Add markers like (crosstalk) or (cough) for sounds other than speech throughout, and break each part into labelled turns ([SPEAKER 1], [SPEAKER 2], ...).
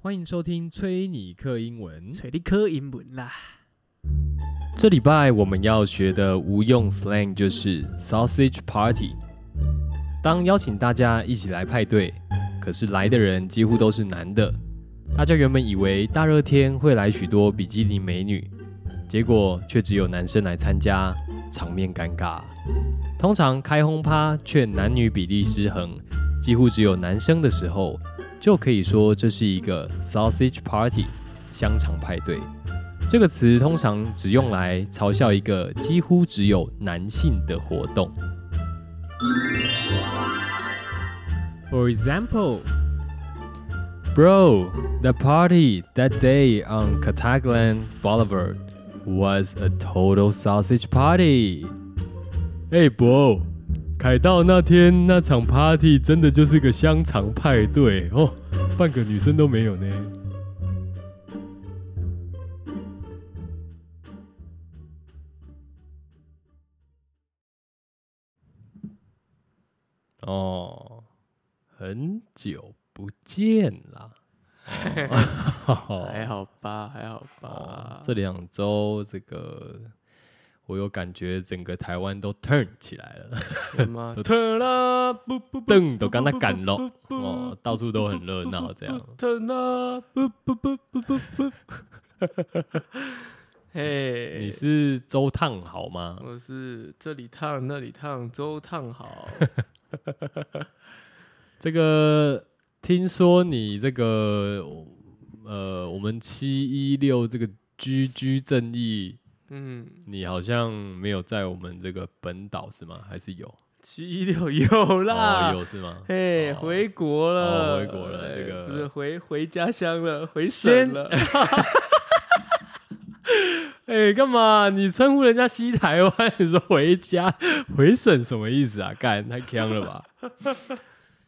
[SPEAKER 1] 欢迎收听崔尼克英文。
[SPEAKER 2] 找你考英文啦。
[SPEAKER 1] 这礼拜我们要学的无用 slang 就是 sausage party。当邀请大家一起来派对，可是来的人几乎都是男的。大家原本以为大热天会来许多比基尼美女，结果却只有男生来参加，场面尴尬。通常开轰趴却男女比例失衡，几乎只有男生的时候，就可以说这是一个 sausage party 香肠派对。这个词通常只用来嘲笑一个几乎只有男性的活动。For example, bro, the party that day on Cataglan Boulevard was a total sausage party. 哎、bro，凯道那天那场 party 真的就是个香肠派对哦，半个女生都没有呢。哦，很久不见啦。
[SPEAKER 2] 还好吧，还好
[SPEAKER 1] 哦
[SPEAKER 2] 吧。，
[SPEAKER 1] 这两周这个我有感觉，整个台湾都 turn 起来了，
[SPEAKER 2] 这
[SPEAKER 1] (laughs)
[SPEAKER 2] 妈
[SPEAKER 1] 都
[SPEAKER 2] 特啦，不不不，
[SPEAKER 1] 灯都刚他赶了，
[SPEAKER 2] 嗯
[SPEAKER 1] 哦，到处都很热闹
[SPEAKER 2] (laughs)
[SPEAKER 1] 这样。
[SPEAKER 2] 特啦，不不不不不不。 (laughs) 嘿，
[SPEAKER 1] 你是周烫好吗？
[SPEAKER 2] 我是这里烫那里烫，周烫
[SPEAKER 1] (laughs)
[SPEAKER 2] 好。
[SPEAKER 1] 这个听说你这个呃，我们七一六这个居居正义，
[SPEAKER 2] 嗯，
[SPEAKER 1] 你好像没有在我们这个本岛是吗？还是有？
[SPEAKER 2] 七一六有啦
[SPEAKER 1] 哦，。有是吗？
[SPEAKER 2] 嘿，
[SPEAKER 1] 哦
[SPEAKER 2] 回国了，
[SPEAKER 1] 哦回国了这个
[SPEAKER 2] 哎不是回回家乡了，回
[SPEAKER 1] 先
[SPEAKER 2] 省了。
[SPEAKER 1] 哎、干嘛？你称呼人家西台湾，你说回家回省什么意思啊？干，太坑了吧！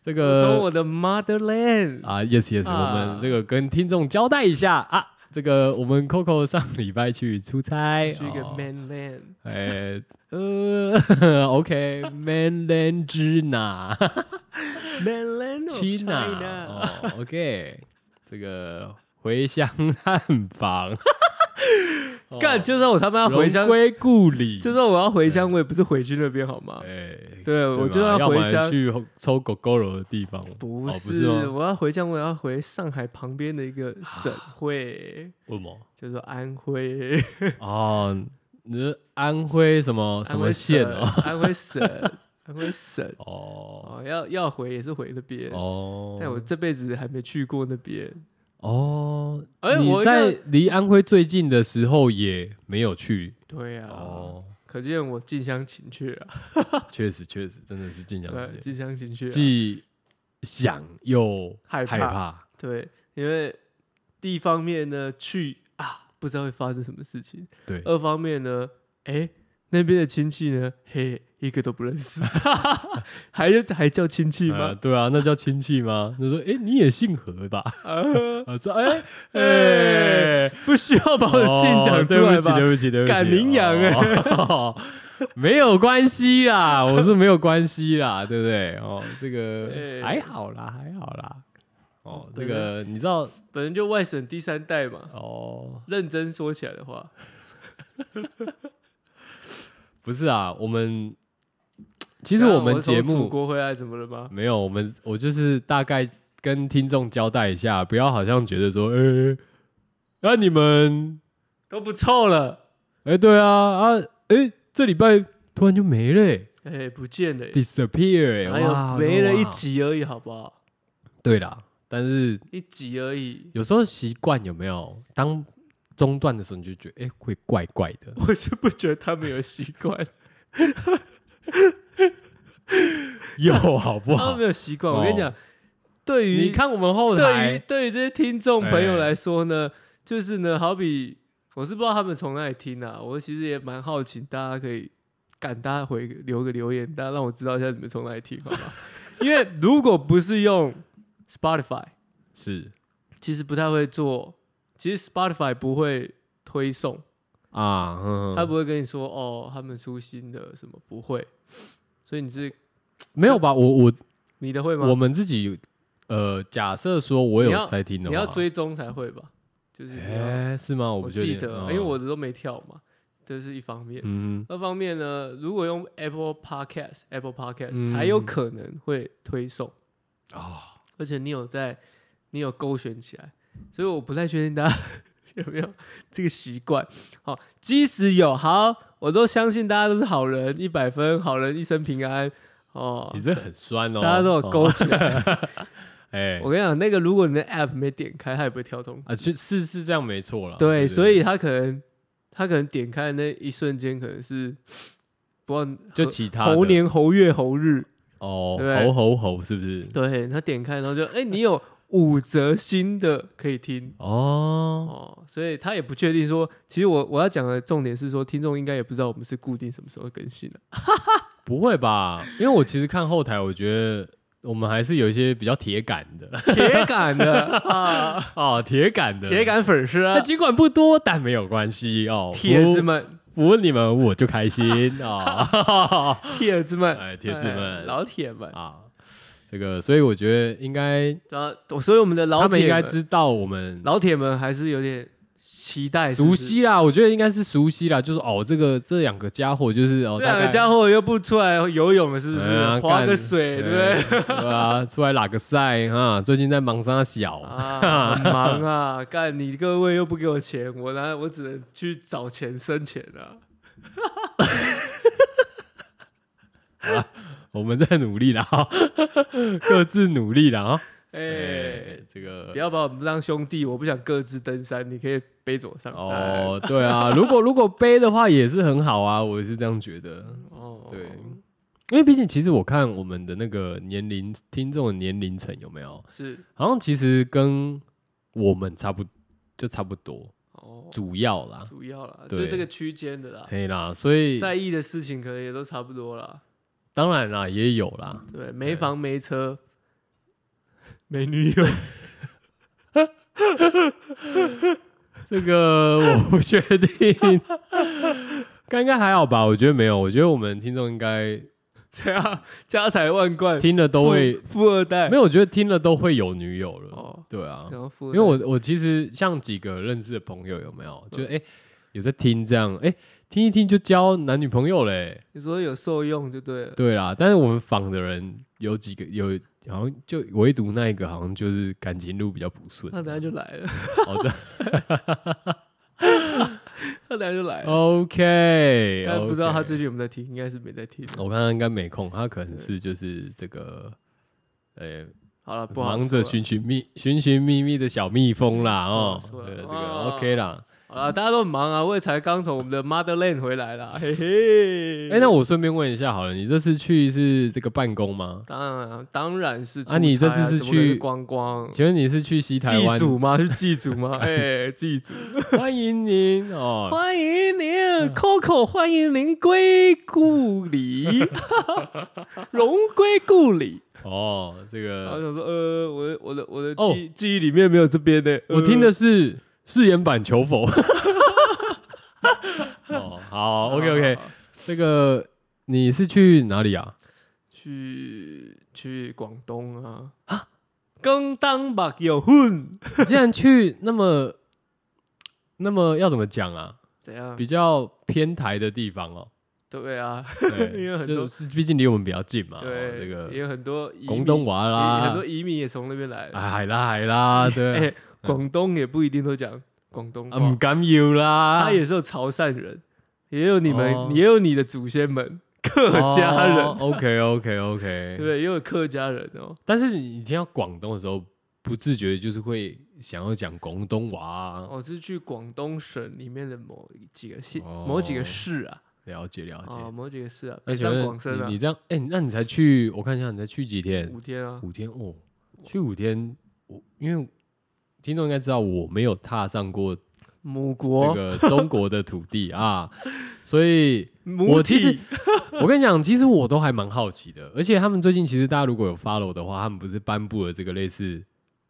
[SPEAKER 1] 这
[SPEAKER 2] 从
[SPEAKER 1] 个
[SPEAKER 2] 我的 motherland
[SPEAKER 1] 呃啊，yes yes，、
[SPEAKER 2] 啊
[SPEAKER 1] 我们这个跟听众交代一下啊，这个我们 Coco 上礼拜去出差，
[SPEAKER 2] 去一个
[SPEAKER 1] 哦
[SPEAKER 2] mainland，
[SPEAKER 1] 哎、呃 (laughs) ，OK，mainland
[SPEAKER 2] (laughs)
[SPEAKER 1] China，
[SPEAKER 2] mainland of
[SPEAKER 1] China，
[SPEAKER 2] 哦 China，
[SPEAKER 1] 哦，OK，这个回乡探
[SPEAKER 2] (laughs)
[SPEAKER 1] 访，哦
[SPEAKER 2] 干，就算我他妈要回乡
[SPEAKER 1] 荣，归故里，
[SPEAKER 2] 就算我要回乡，我也不是回去那边好吗？
[SPEAKER 1] 哎，
[SPEAKER 2] 对，我
[SPEAKER 1] 吧
[SPEAKER 2] 就算
[SPEAKER 1] 要
[SPEAKER 2] 回
[SPEAKER 1] 么
[SPEAKER 2] 乡，
[SPEAKER 1] 去抽狗狗肉的地方，
[SPEAKER 2] 不
[SPEAKER 1] 哦
[SPEAKER 2] 是，
[SPEAKER 1] 吗？
[SPEAKER 2] 我要回乡，我要回上海旁边的一个省会，
[SPEAKER 1] 为什么？
[SPEAKER 2] 叫做安徽，
[SPEAKER 1] 哦，你是安徽什么什
[SPEAKER 2] 安
[SPEAKER 1] 么
[SPEAKER 2] 徽
[SPEAKER 1] 县
[SPEAKER 2] 省
[SPEAKER 1] 哦？
[SPEAKER 2] 安
[SPEAKER 1] (laughs)
[SPEAKER 2] 徽省，安徽省。
[SPEAKER 1] 哦
[SPEAKER 2] 哦，要要回也是回那边，
[SPEAKER 1] 哦，
[SPEAKER 2] 但我这辈子还没去过那边。
[SPEAKER 1] 哦，
[SPEAKER 2] 哎我
[SPEAKER 1] 你
[SPEAKER 2] 一
[SPEAKER 1] 在
[SPEAKER 2] 个
[SPEAKER 1] 离安徽最近的时候也没有去
[SPEAKER 2] 对啊，
[SPEAKER 1] 哦，
[SPEAKER 2] 可见我近乡情怯啊，
[SPEAKER 1] 确实确实真的是近两
[SPEAKER 2] 对，
[SPEAKER 1] 年，
[SPEAKER 2] (laughs) 近乡情怯啊、
[SPEAKER 1] 既想又
[SPEAKER 2] 害怕
[SPEAKER 1] 怕，
[SPEAKER 2] 对，因为第一方面呢，去啊不知道会发生什么事情；
[SPEAKER 1] 对，
[SPEAKER 2] 二方面呢，哎那边的亲戚呢，嘿一个都不
[SPEAKER 1] (laughs)
[SPEAKER 2] 认识，还还叫亲戚
[SPEAKER 1] 呃
[SPEAKER 2] 吗？
[SPEAKER 1] 对啊，那叫亲戚吗？他说，哎，你也姓何吧？ (laughs)
[SPEAKER 2] 啊，
[SPEAKER 1] 我说，哎
[SPEAKER 2] (laughs)
[SPEAKER 1] 哎
[SPEAKER 2] 哎。不需要把我的姓
[SPEAKER 1] 哦
[SPEAKER 2] 讲
[SPEAKER 1] 对
[SPEAKER 2] 出来
[SPEAKER 1] 不起，
[SPEAKER 2] 吧？
[SPEAKER 1] 对不起，对不起，
[SPEAKER 2] 赶羚羊哎
[SPEAKER 1] 哦 (laughs) 没有关系啦，我是没有关系啦，对不对？哦，这
[SPEAKER 2] 哎
[SPEAKER 1] 个还好啦，还好啦。哦，这个你知道
[SPEAKER 2] 本人就外省第三代嘛，
[SPEAKER 1] 哦，
[SPEAKER 2] 认真说起来的话，
[SPEAKER 1] 不是啊，我们其实我们节
[SPEAKER 2] 啊从祖
[SPEAKER 1] 目
[SPEAKER 2] 国回来怎么了吗？
[SPEAKER 1] 没有，我们我就是大概跟听众交代一下，不要好像觉得说，呃，那你们，
[SPEAKER 2] 都不臭了，
[SPEAKER 1] 哎，对啊，啊，哎，这礼拜突然就没了欸
[SPEAKER 2] 哎，不见了耶，
[SPEAKER 1] ，disappear，欸
[SPEAKER 2] 还
[SPEAKER 1] 哇
[SPEAKER 2] 有哎没了一。
[SPEAKER 1] 我说哇
[SPEAKER 2] 集而已，好不好？
[SPEAKER 1] 对啦，但是
[SPEAKER 2] 一集而已，
[SPEAKER 1] 有时候习惯有没有？当中断的时候，你就觉得哎、诶会怪怪的。
[SPEAKER 2] 我是不觉得他们有习惯。
[SPEAKER 1] (laughs) 有好不
[SPEAKER 2] 他
[SPEAKER 1] 好
[SPEAKER 2] 们？没有习惯。我跟你讲
[SPEAKER 1] 哦，
[SPEAKER 2] 对于
[SPEAKER 1] 你看我们后
[SPEAKER 2] 对于
[SPEAKER 1] 台，
[SPEAKER 2] 对于这些听众朋友来说呢，
[SPEAKER 1] 哎
[SPEAKER 2] 就是呢，好比我是不知道他们从哪里听啊，我其实也蛮好奇，大家可以赶大家回留个留言，大家让我知道一下你们从哪里听，好吧？因为 (laughs) 如果不是用 Spotify，
[SPEAKER 1] 是
[SPEAKER 2] 其实不太会做，其实 Spotify 不会推送，
[SPEAKER 1] 啊，哼
[SPEAKER 2] 他
[SPEAKER 1] 哼
[SPEAKER 2] 不会跟你说哦，他们出新的什么不会，所以你是
[SPEAKER 1] 没有吧？我我
[SPEAKER 2] 你的会吗？
[SPEAKER 1] 我们自己呃，假设说我
[SPEAKER 2] 你
[SPEAKER 1] 有
[SPEAKER 2] 要
[SPEAKER 1] 在听的
[SPEAKER 2] 你
[SPEAKER 1] 话，
[SPEAKER 2] 要追踪才会吧？就是你要
[SPEAKER 1] 啊哎、是吗？我
[SPEAKER 2] 我
[SPEAKER 1] 不确定啊
[SPEAKER 2] 记得，因为我的都没跳嘛，这是一方面。
[SPEAKER 1] 嗯
[SPEAKER 2] 二方面呢，如果用 Apple Podcast、Apple Podcast、
[SPEAKER 1] 嗯
[SPEAKER 2] 才有可能会推送，
[SPEAKER 1] 啊、
[SPEAKER 2] 而且你有在，你有勾选起来，所以我不太确定大家 (laughs) 有没有这个习惯。好，即使有，好，我都相信大家都是好人，一百分，好人一生平安。哦
[SPEAKER 1] 你，这很酸哦，
[SPEAKER 2] 大家都有勾 (laughs)
[SPEAKER 1] 哦
[SPEAKER 2] 起来。
[SPEAKER 1] 哎、
[SPEAKER 2] 我跟你讲，那个如果你的 App 没点开，它也不会跳通知。
[SPEAKER 1] 啊，其实是是这样没错了，
[SPEAKER 2] 对，所以他可能他可能点开的那一瞬间，可能是不知道
[SPEAKER 1] 就
[SPEAKER 2] 猴
[SPEAKER 1] 其他的
[SPEAKER 2] 猴年猴月猴日，
[SPEAKER 1] 哦，
[SPEAKER 2] 对不对
[SPEAKER 1] 吼吼吼，是不是？
[SPEAKER 2] 对他点开，然后就哎、你有五则新的可以听
[SPEAKER 1] 哦，
[SPEAKER 2] 哦，所以他也不确定说，其实我我要讲的重点是说，听众应该也不知道我们是固定什么时候更新的、
[SPEAKER 1] 不会吧？因为我其实看后台，我觉得我们还是有一些比较铁杆的 (laughs)
[SPEAKER 2] 铁杆的啊，
[SPEAKER 1] 哦，铁杆的
[SPEAKER 2] 铁。杆粉丝
[SPEAKER 1] 那
[SPEAKER 2] 啊，
[SPEAKER 1] 尽管不多，但没有关系哦。
[SPEAKER 2] 铁子
[SPEAKER 1] 服
[SPEAKER 2] 们，
[SPEAKER 1] 服你们，我就开
[SPEAKER 2] (laughs)
[SPEAKER 1] 心哦。 (laughs)
[SPEAKER 2] 铁子们，
[SPEAKER 1] 哎铁子们
[SPEAKER 2] 哎老铁们，
[SPEAKER 1] 啊，这个，所以我觉得应该
[SPEAKER 2] 然后所以我们的老铁
[SPEAKER 1] 他们应该
[SPEAKER 2] 们
[SPEAKER 1] 知道我们
[SPEAKER 2] 老铁们还是有点期待是
[SPEAKER 1] 熟
[SPEAKER 2] 不是
[SPEAKER 1] 悉啦，我觉得应该是熟悉啦，就是哦，这个这两个家伙就是哦，
[SPEAKER 2] 这两个家
[SPEAKER 1] 伙
[SPEAKER 2] 伙又不出来游泳了，是不是？
[SPEAKER 1] 嗯
[SPEAKER 2] 划个
[SPEAKER 1] 干
[SPEAKER 2] 水，对不 (laughs) 对？
[SPEAKER 1] 对啊，出来拉个赛啊，最近在忙啥小
[SPEAKER 2] 啊，很忙啊！ (laughs) 干你各位又不给我钱，我拿我只能去找钱生钱啊！
[SPEAKER 1] 我们在努力啦，哈 (laughs) 各自努力啦，哈
[SPEAKER 2] 哎、
[SPEAKER 1] 哎，这
[SPEAKER 2] 不
[SPEAKER 1] 个。
[SPEAKER 2] 要把我们当兄弟，我不想各自登山，你可以背着我上山。
[SPEAKER 1] 哦，对啊，如果如果背的话也是很好啊，我是这样觉得，
[SPEAKER 2] 哦
[SPEAKER 1] 对因为毕竟其实我看我们的那个年龄听众的年龄层有没有，
[SPEAKER 2] 是
[SPEAKER 1] 好像其实跟我们差不就差不多，
[SPEAKER 2] 哦，
[SPEAKER 1] 主要啦，
[SPEAKER 2] 主要啦，就
[SPEAKER 1] 对
[SPEAKER 2] 是这个区间的啦，
[SPEAKER 1] 嘿啦，所以
[SPEAKER 2] 在意的事情可能也都差不多啦。
[SPEAKER 1] 当然啦，也有啦，
[SPEAKER 2] 对，没房没车，没
[SPEAKER 1] (laughs)
[SPEAKER 2] 女友，
[SPEAKER 1] 这个我不确定，该应该还好吧？我觉得没有，我觉得我们听众应该
[SPEAKER 2] 这样家财万贯，
[SPEAKER 1] 听了都会
[SPEAKER 2] 富富二代
[SPEAKER 1] 没有，我觉得听了都会有女友了，
[SPEAKER 2] 哦，
[SPEAKER 1] 对啊，
[SPEAKER 2] 然后富
[SPEAKER 1] 因
[SPEAKER 2] 二
[SPEAKER 1] 为
[SPEAKER 2] 代
[SPEAKER 1] 我我其实像几个认识的朋友有没有，
[SPEAKER 2] 嗯
[SPEAKER 1] 就哎、诶有在听这样，哎、听一听就交男女朋友嘞、
[SPEAKER 2] 你说有受用就对了，
[SPEAKER 1] 对啦，但是我们访的人有几个有，好像就唯独那一个好像就是感情路比较不顺。哦
[SPEAKER 2] 那等下就来了，
[SPEAKER 1] 好的
[SPEAKER 2] 那等下就来
[SPEAKER 1] (laughs)
[SPEAKER 2] 了。
[SPEAKER 1] ，OK，
[SPEAKER 2] (laughs) 但不知道他
[SPEAKER 1] OK
[SPEAKER 2] 最近有没有在听，应该是没在听。
[SPEAKER 1] 我看他应该没空，他可能是就是这个，呃、
[SPEAKER 2] 好了，不好
[SPEAKER 1] 忙
[SPEAKER 2] 说
[SPEAKER 1] 着
[SPEAKER 2] 了。嗯
[SPEAKER 1] 寻寻觅寻寻觅觅的小蜜蜂啦，哦，
[SPEAKER 2] 不好说了
[SPEAKER 1] 对，这
[SPEAKER 2] 哦
[SPEAKER 1] 个 OK 啦。
[SPEAKER 2] 好了，大家都很忙啊，我也才刚从我们的 Motherland 回来啦，嘿嘿。
[SPEAKER 1] (laughs) 哎、那我顺便问一下好了，你这次去是这个办公吗？
[SPEAKER 2] 当然啊当然是出差
[SPEAKER 1] 啊你这次是
[SPEAKER 2] 怎么可能
[SPEAKER 1] 去
[SPEAKER 2] 观光
[SPEAKER 1] 请问你是去西台
[SPEAKER 2] 祭
[SPEAKER 1] 湾？
[SPEAKER 2] 祖吗？是祭祖
[SPEAKER 1] (laughs)
[SPEAKER 2] 吗？哎，祭祖，啊
[SPEAKER 1] 欢迎
[SPEAKER 2] (laughs)
[SPEAKER 1] 您哦，
[SPEAKER 2] 欢迎您，Coco，欢迎您归故 (laughs) 里，荣归故里。
[SPEAKER 1] 哦，这
[SPEAKER 2] 然后
[SPEAKER 1] 个
[SPEAKER 2] 想说，呃，我的我的我的
[SPEAKER 1] 哦
[SPEAKER 2] 记记忆里面没有这边的，
[SPEAKER 1] 我听
[SPEAKER 2] 呃
[SPEAKER 1] 的是誓言版求
[SPEAKER 2] (laughs)
[SPEAKER 1] 否。哦，好，OK OK，这个你是去哪里啊？
[SPEAKER 2] 去去广东啊啊，更当白有混，
[SPEAKER 1] 你竟然去那么那么要怎么讲啊？
[SPEAKER 2] 怎样？
[SPEAKER 1] 比较偏台的地方哦，
[SPEAKER 2] 对啊， (laughs) 因为
[SPEAKER 1] 对，
[SPEAKER 2] 很多
[SPEAKER 1] 就是毕竟离我们比较近嘛，哦
[SPEAKER 2] 对，
[SPEAKER 1] 这
[SPEAKER 2] 也
[SPEAKER 1] 个
[SPEAKER 2] 有很多移民
[SPEAKER 1] 广东话
[SPEAKER 2] 也很
[SPEAKER 1] 啦
[SPEAKER 2] 多，移民也从那边来的。
[SPEAKER 1] 哎海啦海啦，对，
[SPEAKER 2] (laughs) 哎，广东也不一定都讲广东
[SPEAKER 1] 啊唔
[SPEAKER 2] 话，
[SPEAKER 1] 敢要啦，
[SPEAKER 2] 他也是有潮汕人，也有你
[SPEAKER 1] 哦
[SPEAKER 2] 们，也有你的祖先们 (laughs) 客家人，
[SPEAKER 1] ，OK OK
[SPEAKER 2] 对
[SPEAKER 1] OK，
[SPEAKER 2] (laughs) 不对？也有客家人哦。
[SPEAKER 1] 但是你听到广东的时候，不自觉就是会想要讲广东话啊，
[SPEAKER 2] 我哦是去广东省里面的某几个县、
[SPEAKER 1] 哦
[SPEAKER 2] 某几个市啊，
[SPEAKER 1] 了解了
[SPEAKER 2] 啊，
[SPEAKER 1] 解。
[SPEAKER 2] 某几个市啊，
[SPEAKER 1] 那
[SPEAKER 2] 北
[SPEAKER 1] 请
[SPEAKER 2] 上
[SPEAKER 1] 问
[SPEAKER 2] 广深啊
[SPEAKER 1] 你，你这样，哎，那你才去，我看一下，你才去几天？
[SPEAKER 2] 五天啊，
[SPEAKER 1] 五天哦，去五天，我因为听众应该知道我没有踏上过
[SPEAKER 2] 母
[SPEAKER 1] 这
[SPEAKER 2] 国 (laughs)
[SPEAKER 1] 个中国的土地啊，所以
[SPEAKER 2] 母
[SPEAKER 1] 我其实
[SPEAKER 2] 体 (laughs)
[SPEAKER 1] 我跟你讲，其实我都还蛮好奇的，而且他们最近其实大家如果有 follow 的话，他们不是颁布了这个类似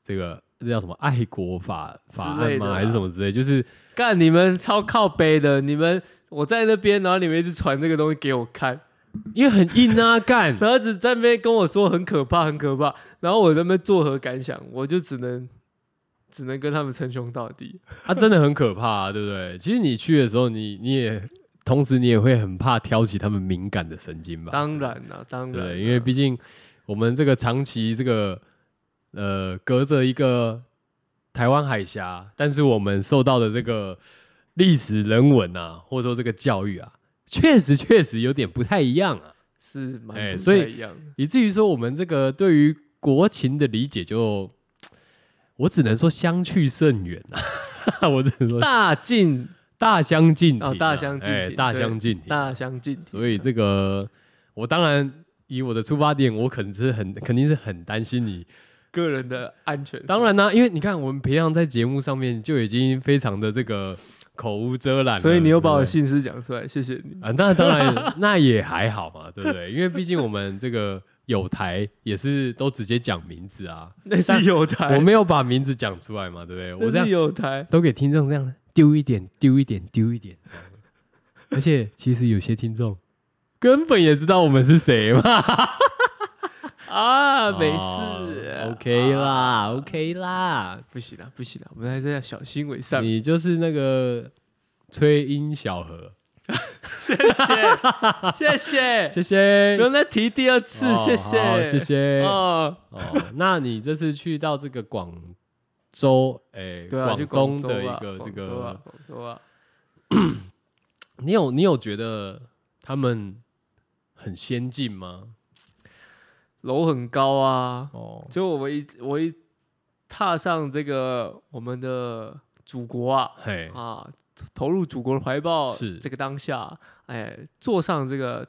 [SPEAKER 1] 这个这叫什么爱国法法
[SPEAKER 2] 之
[SPEAKER 1] 案
[SPEAKER 2] 类的啊
[SPEAKER 1] 吗？
[SPEAKER 2] 啦
[SPEAKER 1] 还是什么之类？就是
[SPEAKER 2] 干你们超靠背的，你们我在那边，然后你们一直传这个东西给我看，
[SPEAKER 1] 因为很硬啊，干
[SPEAKER 2] 然后一直在那边跟我说很可怕，很可怕，然后我在那边作何感想？我就只能只能跟他们称兄道弟。
[SPEAKER 1] 啊，真的很可怕、啊，对不对？其实你去的时候你，你也同时你也会很怕挑起他们敏感的神经吧？
[SPEAKER 2] 当然啦、当然啦、啊
[SPEAKER 1] 对，因为毕竟我们这个长期这个呃隔着一个台湾海峡，但是我们受到的这个历史人文啊，或者说这个教育啊，确实确实有点不太一样啊，
[SPEAKER 2] 是蛮不
[SPEAKER 1] 哎
[SPEAKER 2] 太
[SPEAKER 1] 所以
[SPEAKER 2] 一样的。
[SPEAKER 1] 以至于说我们这个对于国情的理解就，我只能说相去甚远啊， (laughs) 我只能说
[SPEAKER 2] 大进
[SPEAKER 1] 大相径庭啊、
[SPEAKER 2] 哦大相径
[SPEAKER 1] 哎
[SPEAKER 2] 庭
[SPEAKER 1] 大
[SPEAKER 2] 对
[SPEAKER 1] 相径庭。
[SPEAKER 2] 大相径庭，
[SPEAKER 1] 所以这个，我当然以我的出发点，我肯是很肯定是很担心你。
[SPEAKER 2] 个人的安全
[SPEAKER 1] 当然啦、因为你看我们平常在节目上面就已经非常的这个口无遮拦了，
[SPEAKER 2] 所以你又把
[SPEAKER 1] 对
[SPEAKER 2] 我的
[SPEAKER 1] 不对
[SPEAKER 2] 心思讲出来，谢谢你。
[SPEAKER 1] 啊，那当然那也还好嘛，对不对？因为毕竟我们这个有台也是都直接讲名字啊，
[SPEAKER 2] 那是有台，
[SPEAKER 1] 我没有把名字讲出来嘛，对不对？我这
[SPEAKER 2] 那
[SPEAKER 1] 样
[SPEAKER 2] 是有台，
[SPEAKER 1] 都给听众这样丢一点，丢一点，丢一点。这样而且其实有些听众根本也知道我们是谁嘛，
[SPEAKER 2] 啊，没
[SPEAKER 1] 哦
[SPEAKER 2] 事、
[SPEAKER 1] ，OK 啦、
[SPEAKER 2] 啊
[SPEAKER 1] o k 啦，
[SPEAKER 2] 不行啊啦，不行啦，我们还是要小心为上。
[SPEAKER 1] 你就是那个崔英小何，
[SPEAKER 2] 谢 (laughs) 谢，
[SPEAKER 1] 谢谢，
[SPEAKER 2] 不用再提第二次，
[SPEAKER 1] 哦
[SPEAKER 2] 谢
[SPEAKER 1] 好
[SPEAKER 2] 谢，
[SPEAKER 1] 谢。谢。
[SPEAKER 2] 哦，
[SPEAKER 1] 哦，那你这次去到这个广州，哎，
[SPEAKER 2] 对啊，去
[SPEAKER 1] 东
[SPEAKER 2] 州
[SPEAKER 1] 的一
[SPEAKER 2] 啊
[SPEAKER 1] 个这
[SPEAKER 2] 广州啊
[SPEAKER 1] 个，，
[SPEAKER 2] 广州啊，
[SPEAKER 1] 你有你有觉得他们很先进吗？
[SPEAKER 2] 楼很高啊。
[SPEAKER 1] 哦，
[SPEAKER 2] 就我一我一踏上这个我们的祖国啊，
[SPEAKER 1] 嘿，
[SPEAKER 2] 啊，投入祖国的怀抱
[SPEAKER 1] 是
[SPEAKER 2] 这个当下，哎，坐上这个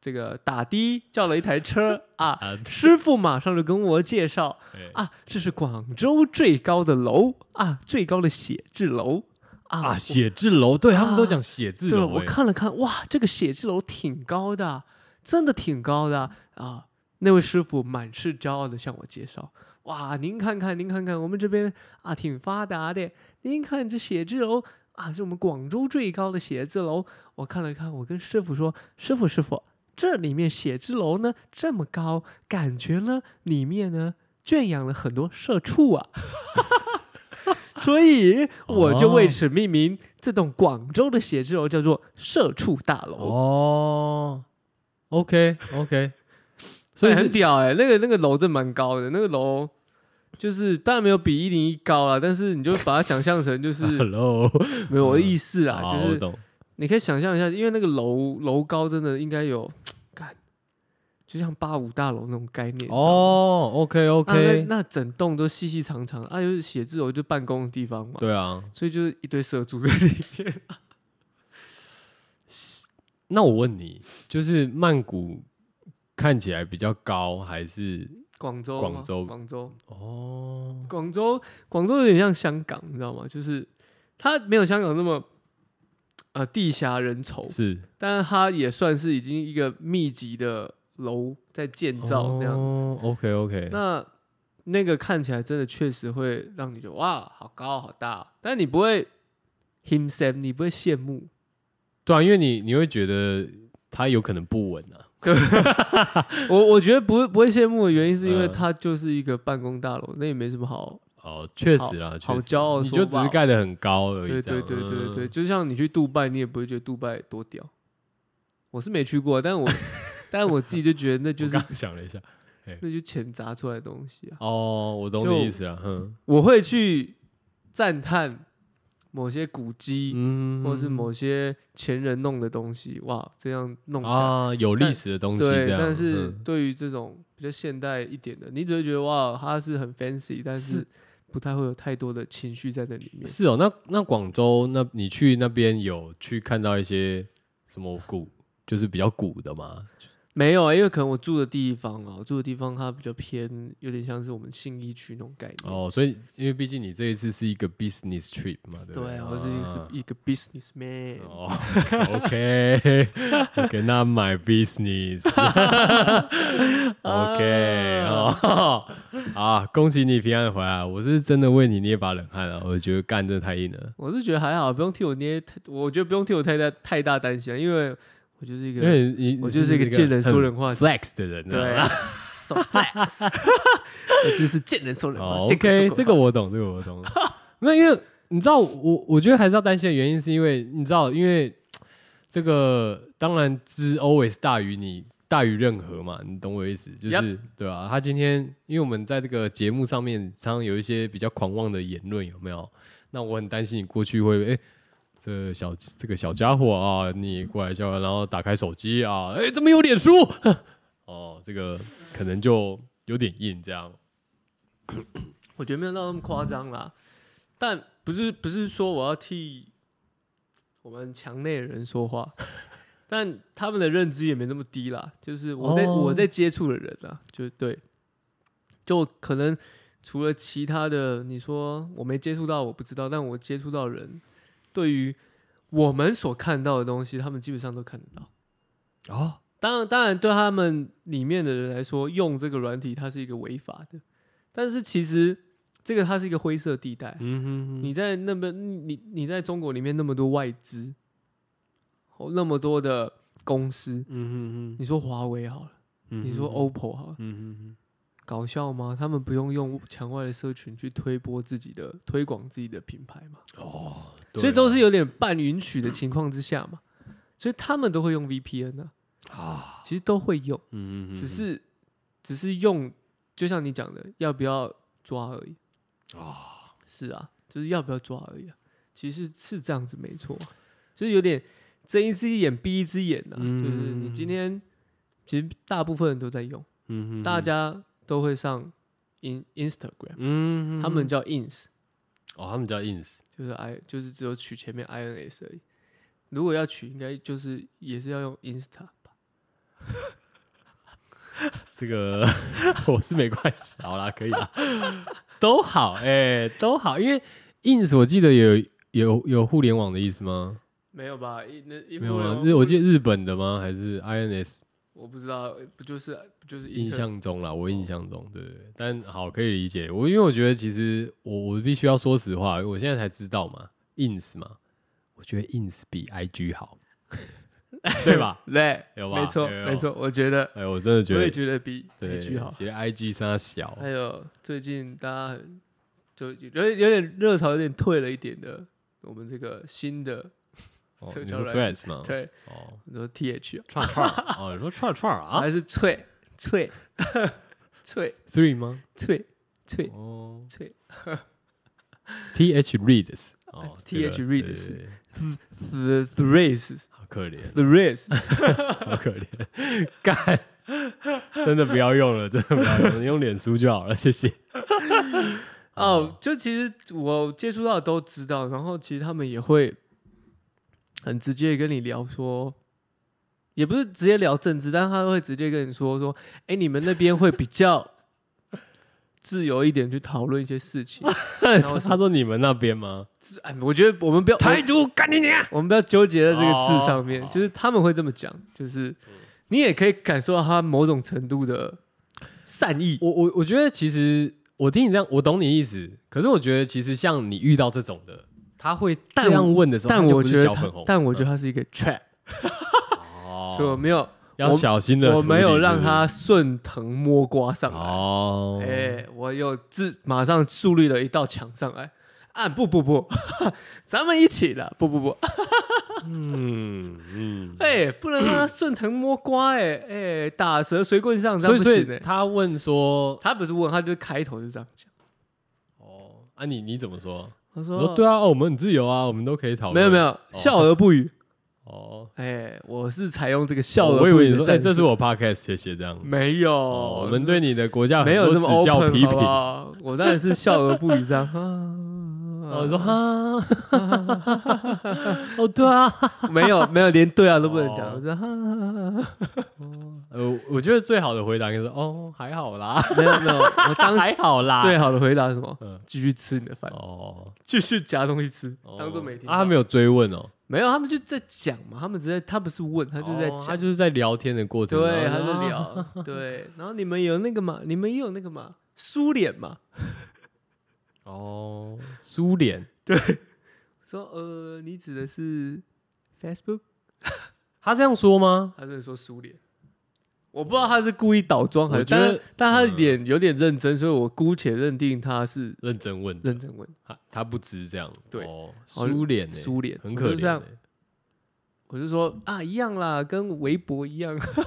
[SPEAKER 2] 这个打的叫了一台车啊， (laughs)
[SPEAKER 1] 啊，
[SPEAKER 2] 师傅马上就跟我介绍
[SPEAKER 1] 对
[SPEAKER 2] 啊，这是广州最高的楼啊，最高的写字楼啊
[SPEAKER 1] 啊，
[SPEAKER 2] 我
[SPEAKER 1] 写字楼，对他们都
[SPEAKER 2] 啊
[SPEAKER 1] 讲写字
[SPEAKER 2] 对了，
[SPEAKER 1] 楼，
[SPEAKER 2] 我
[SPEAKER 1] 哎
[SPEAKER 2] 看了看，哇，这个写字楼挺高的，真的挺高的啊！那位师傅满是骄傲的向我介绍，哇，您看看，您看看，我们这边啊挺发达的，您看这写字楼啊，是我们广州最高的写字楼。我看了看，我跟师傅说，师傅，师傅，这里面写字楼呢这么高，感觉呢里面呢圈养了很多社畜啊。 (laughs) 所以我就为
[SPEAKER 1] 哦
[SPEAKER 2] 此命名这栋广州的写字楼叫做“社畜大楼”，
[SPEAKER 1] 哦，OK
[SPEAKER 2] (laughs)
[SPEAKER 1] OK，所以
[SPEAKER 2] 哎
[SPEAKER 1] 是
[SPEAKER 2] 很屌哎、那个那个楼真蛮高的，那个楼就是当然没有比一零一高啦，但是你就把它想象
[SPEAKER 1] (laughs)
[SPEAKER 2] 成就是
[SPEAKER 1] Hello，
[SPEAKER 2] 没有我的意思啦，
[SPEAKER 1] 好，
[SPEAKER 2] 就
[SPEAKER 1] 我
[SPEAKER 2] 是
[SPEAKER 1] 懂，
[SPEAKER 2] 你可以想象一下，因为那个楼楼高真的应该有干，就像八五大楼那种概念你知道吗
[SPEAKER 1] 哦，OK
[SPEAKER 2] 啊那
[SPEAKER 1] OK，
[SPEAKER 2] 那整栋都细细长长啊，就是写字楼就办公的地方嘛，
[SPEAKER 1] 对啊，
[SPEAKER 2] 所以就是一堆社畜在里面。
[SPEAKER 1] 那我问你，就是曼谷看起来比较高，还是
[SPEAKER 2] 广州吗，
[SPEAKER 1] 广州
[SPEAKER 2] 广州，
[SPEAKER 1] 哦
[SPEAKER 2] 广州，广州有点像香港，你知道吗？就是它没有香港那么呃地狭人稠，
[SPEAKER 1] 是
[SPEAKER 2] 但是它也算是已经一个密集的楼在建
[SPEAKER 1] 哦
[SPEAKER 2] 造那样。
[SPEAKER 1] ？OK OK，
[SPEAKER 2] 那那个看起来真的确实会让你觉得哇，好高好大哦，但你不会 himself，你不会羡慕，
[SPEAKER 1] 对啊，因为你你会觉得它有可能不稳啊，
[SPEAKER 2] 我我觉得不会不会羡慕的原因，是因为
[SPEAKER 1] 嗯
[SPEAKER 2] 它就是一个办公大楼，那也没什么好。
[SPEAKER 1] 哦，确实啦，确
[SPEAKER 2] 好
[SPEAKER 1] 实
[SPEAKER 2] 骄傲地
[SPEAKER 1] 你
[SPEAKER 2] 说
[SPEAKER 1] 就只
[SPEAKER 2] 哇
[SPEAKER 1] 是盖的很高而已，
[SPEAKER 2] 对
[SPEAKER 1] 这
[SPEAKER 2] 对
[SPEAKER 1] 样
[SPEAKER 2] 对对对，
[SPEAKER 1] 嗯
[SPEAKER 2] 就像你去杜拜，你也不会觉得杜拜多屌。我是没去过，但 (laughs) 我但我自己就觉得那就
[SPEAKER 1] 我
[SPEAKER 2] 是
[SPEAKER 1] 刚刚想了一下，
[SPEAKER 2] 那就钱砸出来的东西啊。
[SPEAKER 1] 哦，我懂
[SPEAKER 2] 就
[SPEAKER 1] 你意思了，哼，
[SPEAKER 2] 我会去赞叹某些古迹，
[SPEAKER 1] 嗯
[SPEAKER 2] 或是某些前人弄的东西，哇，这样弄起来。
[SPEAKER 1] 啊有历史的东西
[SPEAKER 2] 对
[SPEAKER 1] 这，样，
[SPEAKER 2] 但是
[SPEAKER 1] 嗯
[SPEAKER 2] 对于这种比较现代一点的，你只会觉得哇，它是很 fancy，但是
[SPEAKER 1] 是
[SPEAKER 2] 不太会有太多的情绪在那里面。
[SPEAKER 1] 是哦，那那广州那你去那边有去看到一些什么古，就是比较古的吗？
[SPEAKER 2] 没有啊，因为可能我住的地方啊，我住的地方它比较偏，有点像是我们信义区那种概念。
[SPEAKER 1] 哦，所以因为毕竟你这一次是一个 business trip 嘛，对不
[SPEAKER 2] 对
[SPEAKER 1] 对？
[SPEAKER 2] 啊，我是一个
[SPEAKER 1] 啊
[SPEAKER 2] 是一个 business man，、
[SPEAKER 1] 哦，OK，OK，OK，那 my
[SPEAKER 2] (laughs)
[SPEAKER 1] business，OK，哦， (laughs) 啊，恭喜你平安回来，我是真的为你捏把冷汗啊，我觉得干这太硬了，
[SPEAKER 2] 我是觉得还好，不用替我捏太，我觉得不用替我太大太大担心啊，因为我就是一
[SPEAKER 1] 因
[SPEAKER 2] 个，
[SPEAKER 1] 为你
[SPEAKER 2] 我就是一个见人说人话 (laughs)
[SPEAKER 1] 很 flex 的人、啊，
[SPEAKER 2] 对， so
[SPEAKER 1] (laughs)
[SPEAKER 2] flex，我就是见人说人话
[SPEAKER 1] 哦
[SPEAKER 2] 见鬼说
[SPEAKER 1] ，OK，
[SPEAKER 2] 鬼话
[SPEAKER 1] 这个我懂，这个我懂。 (laughs) 那因为你知道，我我觉得还是要担心的原因，是因为你知道，因为这个当然之 always 大于你大于任何嘛，你懂我意思，就是
[SPEAKER 2] Yep
[SPEAKER 1] 对吧、他今天因为我们在这个节目上面常常有一些比较狂妄的言论，有没有？那我很担心你过去会哎。这小这个小家伙啊，你过来叫我，然后打开手机啊，哎，怎么有脸书？ (laughs) 哦，这个可能就有点硬，这样。
[SPEAKER 2] 我觉得没有到那么夸张啦，但不是不是说我要替我们墙内的人说话， (laughs) 但他们的认知也没那么低啦。就是我在、
[SPEAKER 1] 哦
[SPEAKER 2] 我在接触的人啊，就对，就可能除了其他的，你说我没接触到，我不知道，但我接触到的人对于我们所看到的东西，他们基本上都看得到。
[SPEAKER 1] 哦，
[SPEAKER 2] 当然，当然，对他们里面的人来说，用这个软体它是一个违法的，但是其实这个它是一个灰色地带。
[SPEAKER 1] 嗯哼哼
[SPEAKER 2] 你在那边，你你在中国里面那么多外资，哦，那么多的公司，
[SPEAKER 1] 嗯
[SPEAKER 2] 你说华为好了，
[SPEAKER 1] 哼
[SPEAKER 2] 你说，OPPO 好了，
[SPEAKER 1] 嗯
[SPEAKER 2] 搞笑吗？他们不用用墙外的社群去推播自己的推广自己的品牌嘛？
[SPEAKER 1] 哼
[SPEAKER 2] 所以都是有点半允许的情况之下嘛，所以他们都会用 VPN 啊，
[SPEAKER 1] 啊，
[SPEAKER 2] 其实都会用。
[SPEAKER 1] 嗯
[SPEAKER 2] 只是只是用，就像你讲的，要不要抓而已。
[SPEAKER 1] 啊，
[SPEAKER 2] 是啊，就是要不要抓而已、啊。其实是这样子没错啊，就是有点睁一只眼闭一只眼呐、啊
[SPEAKER 1] 嗯
[SPEAKER 2] 就是你今天其实大部分人都在用，
[SPEAKER 1] 嗯哼
[SPEAKER 2] 大，家都会上 in Instagram，、
[SPEAKER 1] 嗯
[SPEAKER 2] 他们叫 ins，
[SPEAKER 1] 哦，他们叫 ins，
[SPEAKER 2] 就是 i 就是只有取前面 ins 而已。如果要取，应该就是也是要用 Insta 吧？
[SPEAKER 1] 这个 (laughs) 我是没关系， (laughs) 好啦，可以啦，都好，哎，都好，因为 ins 我记得有有有互联网的意思吗？
[SPEAKER 2] 没有吧？一那一
[SPEAKER 1] 没有吗？
[SPEAKER 2] 不
[SPEAKER 1] 日我记得日本的吗？还是 ins？
[SPEAKER 2] 我不知道，不就是不就是
[SPEAKER 1] 印
[SPEAKER 2] inter-
[SPEAKER 1] 象中
[SPEAKER 2] 哦
[SPEAKER 1] 啦，我印象中，对，但好可以理解。我因为我觉得其实我我必须要说实话，我现在才知道嘛，ins 嘛，我觉得 ins 比 IG 好，对吧？ (laughs)
[SPEAKER 2] 对，
[SPEAKER 1] 有吧
[SPEAKER 2] 没错，
[SPEAKER 1] 有有
[SPEAKER 2] 没错，我觉得，
[SPEAKER 1] 哎，我真的觉
[SPEAKER 2] 我也
[SPEAKER 1] 得，
[SPEAKER 2] 觉得比
[SPEAKER 1] 对，
[SPEAKER 2] 美剧好。哎
[SPEAKER 1] 其实 IG 它小，
[SPEAKER 2] 还有最近大家很就有点有点热潮，有点退了一点的，我们这个新的
[SPEAKER 1] 哦
[SPEAKER 2] 社
[SPEAKER 1] 你
[SPEAKER 2] 交
[SPEAKER 1] 说
[SPEAKER 2] 软
[SPEAKER 1] Threads 嘛，，
[SPEAKER 2] 对， (laughs)
[SPEAKER 1] 哦，
[SPEAKER 2] 你说 TH 啊
[SPEAKER 1] 串串儿哦，你说串串儿啊
[SPEAKER 2] 还是脆脆 (laughs) 脆
[SPEAKER 1] ，Three 吗？
[SPEAKER 2] 脆脆
[SPEAKER 1] 哦
[SPEAKER 2] (laughs) 脆
[SPEAKER 1] ，TH Reads 哦
[SPEAKER 2] TH
[SPEAKER 1] 这个
[SPEAKER 2] 哎 Reads
[SPEAKER 1] 对
[SPEAKER 2] ，the threads
[SPEAKER 1] 好可怜，
[SPEAKER 2] threads，
[SPEAKER 1] 好可怜，干，真的不要用了，真的不要用了，你用脸书就好了，谢谢。嗯
[SPEAKER 2] 哦，就其实我接触到的都知道，然后其实他们也会很直接地跟你聊说，也不是直接聊政治，但他会直接跟你说说，哎、你们那边会比较
[SPEAKER 1] (laughs)
[SPEAKER 2] 自由一点去讨论一些事情。然后是
[SPEAKER 1] 他说你们那边吗？
[SPEAKER 2] 自哎，我觉得我们不要我们
[SPEAKER 1] 独干你娘！
[SPEAKER 2] (laughs) 我们不要纠结在这个字上面，
[SPEAKER 1] 哦
[SPEAKER 2] 就是他们会这么讲，就是你也可以感受到他某种程度的善意。
[SPEAKER 1] 我我我觉得其实我听你这样，我懂你意思。可是我觉得其实像你遇到这种的，他会
[SPEAKER 2] 但
[SPEAKER 1] 这样问的时候，
[SPEAKER 2] 但
[SPEAKER 1] 他就
[SPEAKER 2] 我
[SPEAKER 1] 不是
[SPEAKER 2] 觉得
[SPEAKER 1] 小
[SPEAKER 2] 他
[SPEAKER 1] 粉红，，嗯
[SPEAKER 2] 但我觉得他是一个 trap，、所以我
[SPEAKER 1] 哦，
[SPEAKER 2] 没有
[SPEAKER 1] 要
[SPEAKER 2] 我
[SPEAKER 1] 小心的。
[SPEAKER 2] 我没有让他顺藤摸瓜上来，哎、
[SPEAKER 1] 哦，
[SPEAKER 2] 我有自马上树立了一道墙上来。啊不不不， (laughs) 咱们一起的，不不不，
[SPEAKER 1] 嗯嗯，
[SPEAKER 2] 哎、不能让他顺藤摸瓜、哎哎、打蛇随棍上，这
[SPEAKER 1] 所
[SPEAKER 2] 样
[SPEAKER 1] 以
[SPEAKER 2] 不
[SPEAKER 1] 所
[SPEAKER 2] 行欸的、
[SPEAKER 1] 以他问说，
[SPEAKER 2] 他不是问，他就是开头就这样讲，
[SPEAKER 1] 哦，啊你你怎么说？
[SPEAKER 2] 他
[SPEAKER 1] 我
[SPEAKER 2] 说
[SPEAKER 1] 说对啊，哦我们很自由啊，我们哦都可以讨论。
[SPEAKER 2] 没有没，有，笑而不语，
[SPEAKER 1] 哦，
[SPEAKER 2] 哎、我是采用这个笑而
[SPEAKER 1] 我以
[SPEAKER 2] 不
[SPEAKER 1] 为
[SPEAKER 2] 语
[SPEAKER 1] 你
[SPEAKER 2] 的
[SPEAKER 1] 说，哎，
[SPEAKER 2] 战术，
[SPEAKER 1] 这是我 podcast 谢谢这样。
[SPEAKER 2] (laughs) 没有，
[SPEAKER 1] 哦，我们对你的国家
[SPEAKER 2] 没有
[SPEAKER 1] 很
[SPEAKER 2] 这
[SPEAKER 1] 多
[SPEAKER 2] 么
[SPEAKER 1] 指教
[SPEAKER 2] open
[SPEAKER 1] 批
[SPEAKER 2] 好
[SPEAKER 1] 评
[SPEAKER 2] 不。好？我当然是笑而不语这样。 (laughs)
[SPEAKER 1] 我
[SPEAKER 2] 我
[SPEAKER 1] 说哈， (laughs) 哦对啊，
[SPEAKER 2] (laughs) 没有没有，连对啊都不能讲。
[SPEAKER 1] 哦
[SPEAKER 2] 我说哈哈哈
[SPEAKER 1] 呃，我觉得最好的回答应该是哦还好啦，
[SPEAKER 2] (laughs) 哈，没有没有，我
[SPEAKER 1] (laughs)
[SPEAKER 2] 当
[SPEAKER 1] 还
[SPEAKER 2] 时
[SPEAKER 1] 好啦。
[SPEAKER 2] 最好的回答是什么
[SPEAKER 1] 嗯？
[SPEAKER 2] 继续吃你的饭，
[SPEAKER 1] 哦，
[SPEAKER 2] 继续夹东西吃，当做没
[SPEAKER 1] 没
[SPEAKER 2] 听到。
[SPEAKER 1] 啊，他没有追问哦，
[SPEAKER 2] 没有，他们就在讲嘛，他们只在他不是问，他就在
[SPEAKER 1] 哦他
[SPEAKER 2] 讲，
[SPEAKER 1] 就是在聊天的过程中，
[SPEAKER 2] 对，他
[SPEAKER 1] 然后
[SPEAKER 2] 在
[SPEAKER 1] 说。啊
[SPEAKER 2] 聊，对。然后你们有那个嘛？你们也有那个嘛？苏联嘛？
[SPEAKER 1] 哦，苏联，
[SPEAKER 2] 说呃，你指的是 Facebook？
[SPEAKER 1] 他这样说吗？
[SPEAKER 2] 他真的说苏联，我不知道他是故意倒装还
[SPEAKER 1] 我
[SPEAKER 2] 是，
[SPEAKER 1] 觉得
[SPEAKER 2] 但但他的
[SPEAKER 1] 嗯
[SPEAKER 2] 脸有点认真，所以我姑且认定他是
[SPEAKER 1] 认真问
[SPEAKER 2] 认真问。
[SPEAKER 1] 他，他不知这样，
[SPEAKER 2] 对
[SPEAKER 1] 哦，
[SPEAKER 2] 好
[SPEAKER 1] 苏联呢，
[SPEAKER 2] 苏联
[SPEAKER 1] 很可
[SPEAKER 2] 我就这
[SPEAKER 1] 怜
[SPEAKER 2] 样
[SPEAKER 1] 欸，
[SPEAKER 2] 我就说啊，一样啦，跟微博一样。
[SPEAKER 1] 哦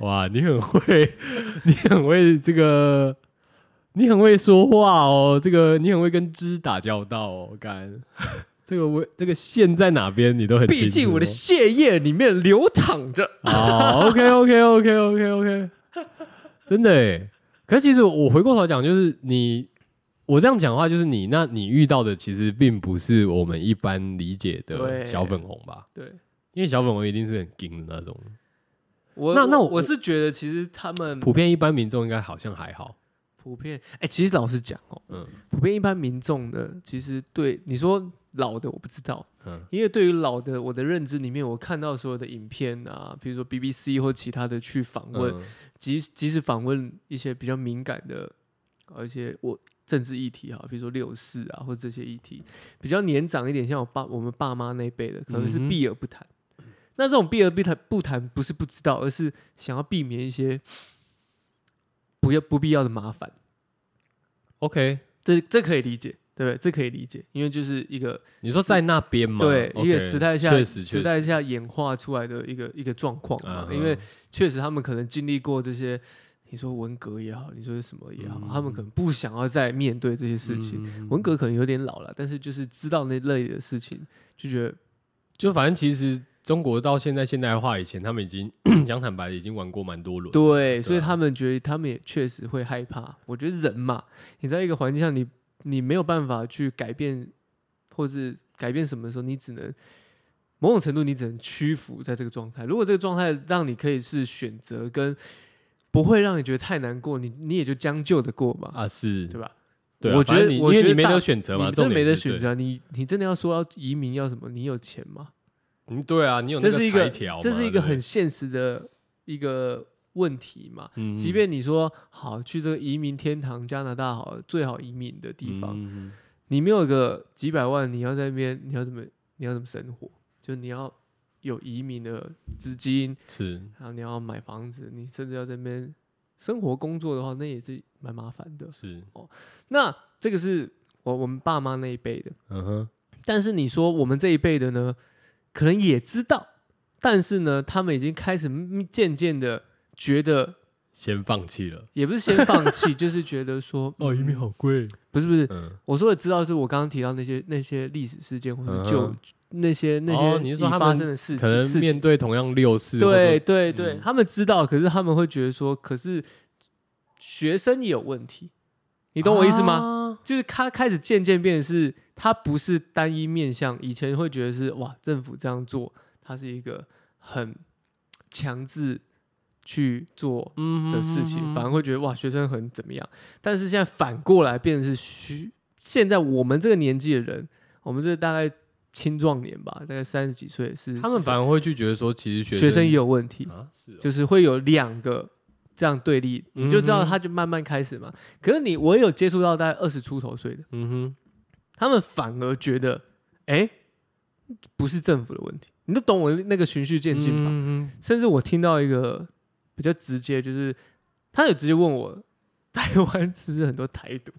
[SPEAKER 1] 哇，你很会， (laughs) 你很会这个，你很会说话哦，这个你很会跟知打交道哦，干， (laughs) 这个我这个线在哪边你都很清楚哦，
[SPEAKER 2] 毕竟
[SPEAKER 1] (laughs)
[SPEAKER 2] 我的血液里面流淌着。
[SPEAKER 1] 哦 OK OK OK OK OK，真的哎。可是其实我回过头讲，就是你我这样讲话，就是你那你遇到的其实并不是我们一般理解的
[SPEAKER 2] 对
[SPEAKER 1] 小粉红吧？
[SPEAKER 2] 对，
[SPEAKER 1] 因为小粉红一定是很硬的那种，
[SPEAKER 2] 我
[SPEAKER 1] 那那我
[SPEAKER 2] 我是觉得其实他们
[SPEAKER 1] 普遍一般民众应该好像还好。
[SPEAKER 2] 普遍，哎、其实老实讲哦、
[SPEAKER 1] 嗯
[SPEAKER 2] 普遍一般民众呢，其实对你说老的我不知道，
[SPEAKER 1] 嗯
[SPEAKER 2] 因为对于老的我的认知里面，我看到所有的影片啊，比如说 BBC 或其他的去访问，
[SPEAKER 1] 嗯
[SPEAKER 2] 即即使访问一些比较敏感的，而且我政治议题哈，比如说六四啊，或者这些议题，比较年长一点，像我爸我们爸妈那一辈的，可能是
[SPEAKER 1] 嗯哼
[SPEAKER 2] 避而不谈。那这种避而不谈不谈，不是不知道，而是想要避免一些不要不必要的麻烦。
[SPEAKER 1] OK，
[SPEAKER 2] 这这可以理解，对不对？这可以理解，因为就是一个
[SPEAKER 1] 你说在那边嘛？
[SPEAKER 2] 对
[SPEAKER 1] OK，
[SPEAKER 2] 一个时代下
[SPEAKER 1] 确实
[SPEAKER 2] 时
[SPEAKER 1] 确实
[SPEAKER 2] 代下演化出来的一个一个状况嘛
[SPEAKER 1] 嗯。哼
[SPEAKER 2] 因为确实他们可能经历过这些，你说文革也好，你说什么也好，
[SPEAKER 1] 嗯
[SPEAKER 2] 他们可能不想要再面对这些事情。
[SPEAKER 1] 嗯
[SPEAKER 2] 文革可能有点老了，但是就是知道那类的事情，就觉得
[SPEAKER 1] 就反正其实中国到现在现代化以前，他们已经 (coughs) 讲坦白的已经玩过蛮多轮。
[SPEAKER 2] 对，所以他们觉得他们也确实会害怕。我觉得人嘛，你在一个环境下，你你没有办法去改变，或是改变什么的时候，你只能某种程度你只能屈服在这个状态。如果这个状态让你可以是选择跟不会让你觉得太难过，你你也就将就的过嘛，
[SPEAKER 1] 啊，是
[SPEAKER 2] 对吧？
[SPEAKER 1] 对啊，
[SPEAKER 2] 我觉得
[SPEAKER 1] 反正你因
[SPEAKER 2] 我
[SPEAKER 1] 为
[SPEAKER 2] 觉
[SPEAKER 1] 你
[SPEAKER 2] 得
[SPEAKER 1] 没
[SPEAKER 2] 大
[SPEAKER 1] 得选择嘛，
[SPEAKER 2] 你真
[SPEAKER 1] 重
[SPEAKER 2] 的
[SPEAKER 1] 点
[SPEAKER 2] 没得
[SPEAKER 1] 是
[SPEAKER 2] 选。择啊，你你真的要说要移民要什么？你有钱吗？
[SPEAKER 1] 对嗯，对啊，你有那
[SPEAKER 2] 这是一
[SPEAKER 1] 个
[SPEAKER 2] 个
[SPEAKER 1] 裁条嘛，
[SPEAKER 2] 这是一
[SPEAKER 1] 对
[SPEAKER 2] 个
[SPEAKER 1] 不
[SPEAKER 2] 很
[SPEAKER 1] 对，
[SPEAKER 2] 现实的一个问题嘛。
[SPEAKER 1] 嗯
[SPEAKER 2] 即便你说好去这个移民天堂加拿大好了最好移民的地方，
[SPEAKER 1] 嗯嗯
[SPEAKER 2] 你没有个几百万，你要在那边你要怎么你要怎么生活？就你要有移民的资金，
[SPEAKER 1] 是
[SPEAKER 2] 然后你要买房子，你甚至要在那边生活工作的话，那也是蛮麻烦的。
[SPEAKER 1] 是，
[SPEAKER 2] 那这个是我我们爸妈那一辈的，
[SPEAKER 1] 嗯哼，
[SPEAKER 2] 但是你说我们这一辈的呢，可能也知道，但是呢，他们已经开始渐渐的觉得，
[SPEAKER 1] 先放弃了。
[SPEAKER 2] 也不是先放
[SPEAKER 1] (laughs)
[SPEAKER 2] 弃，就是觉得说，
[SPEAKER 1] 哦，移民好贵，
[SPEAKER 2] 不是不是，
[SPEAKER 1] 嗯，
[SPEAKER 2] 我说的知道是我刚刚提到那些那些历史事件，或
[SPEAKER 1] 嗯
[SPEAKER 2] 是
[SPEAKER 1] 哼
[SPEAKER 2] 就、那些那
[SPEAKER 1] 哦
[SPEAKER 2] 些
[SPEAKER 1] 你
[SPEAKER 2] 已
[SPEAKER 1] 是说他们
[SPEAKER 2] 发生的事
[SPEAKER 1] 可
[SPEAKER 2] 情，
[SPEAKER 1] 能
[SPEAKER 2] 事
[SPEAKER 1] 面
[SPEAKER 2] 情
[SPEAKER 1] 对同样六四，或者说，
[SPEAKER 2] 对对对、
[SPEAKER 1] 嗯
[SPEAKER 2] 他们知道，可是他们会觉得说，可是学生也有问题，你
[SPEAKER 1] 你
[SPEAKER 2] 懂我意思吗？ (laughs)
[SPEAKER 1] 吗？
[SPEAKER 2] 就是他开始渐渐变得是，他不是单一面向，以前会觉得是哇，政府这样做，它是一个很强制去做
[SPEAKER 1] 嗯
[SPEAKER 2] 的事情，
[SPEAKER 1] 哼
[SPEAKER 2] 反而会觉得哇，学生很怎么样。但是现在反过来变成是虚，现在我们这个年纪的人，我们这大概青壮年吧，大概三十几岁是
[SPEAKER 1] 他们反而会去觉得说，其实
[SPEAKER 2] 学
[SPEAKER 1] 学
[SPEAKER 2] 生也
[SPEAKER 1] 有
[SPEAKER 2] 有问题，
[SPEAKER 1] 啊，是哦
[SPEAKER 2] 就是会有两个这样对立，你就知
[SPEAKER 1] 嗯
[SPEAKER 2] 道
[SPEAKER 1] 哼
[SPEAKER 2] 他就慢慢开始嘛。可是你我也有接触到大概二十出头岁的。
[SPEAKER 1] 嗯哼，
[SPEAKER 2] 他们反而觉得，哎、不是政府的问题，你都懂我那个循序渐进吧？
[SPEAKER 1] 嗯哼
[SPEAKER 2] 甚至我听到一个比较直接，就是他有直接问我， (laughs) 台湾是不是很多台独？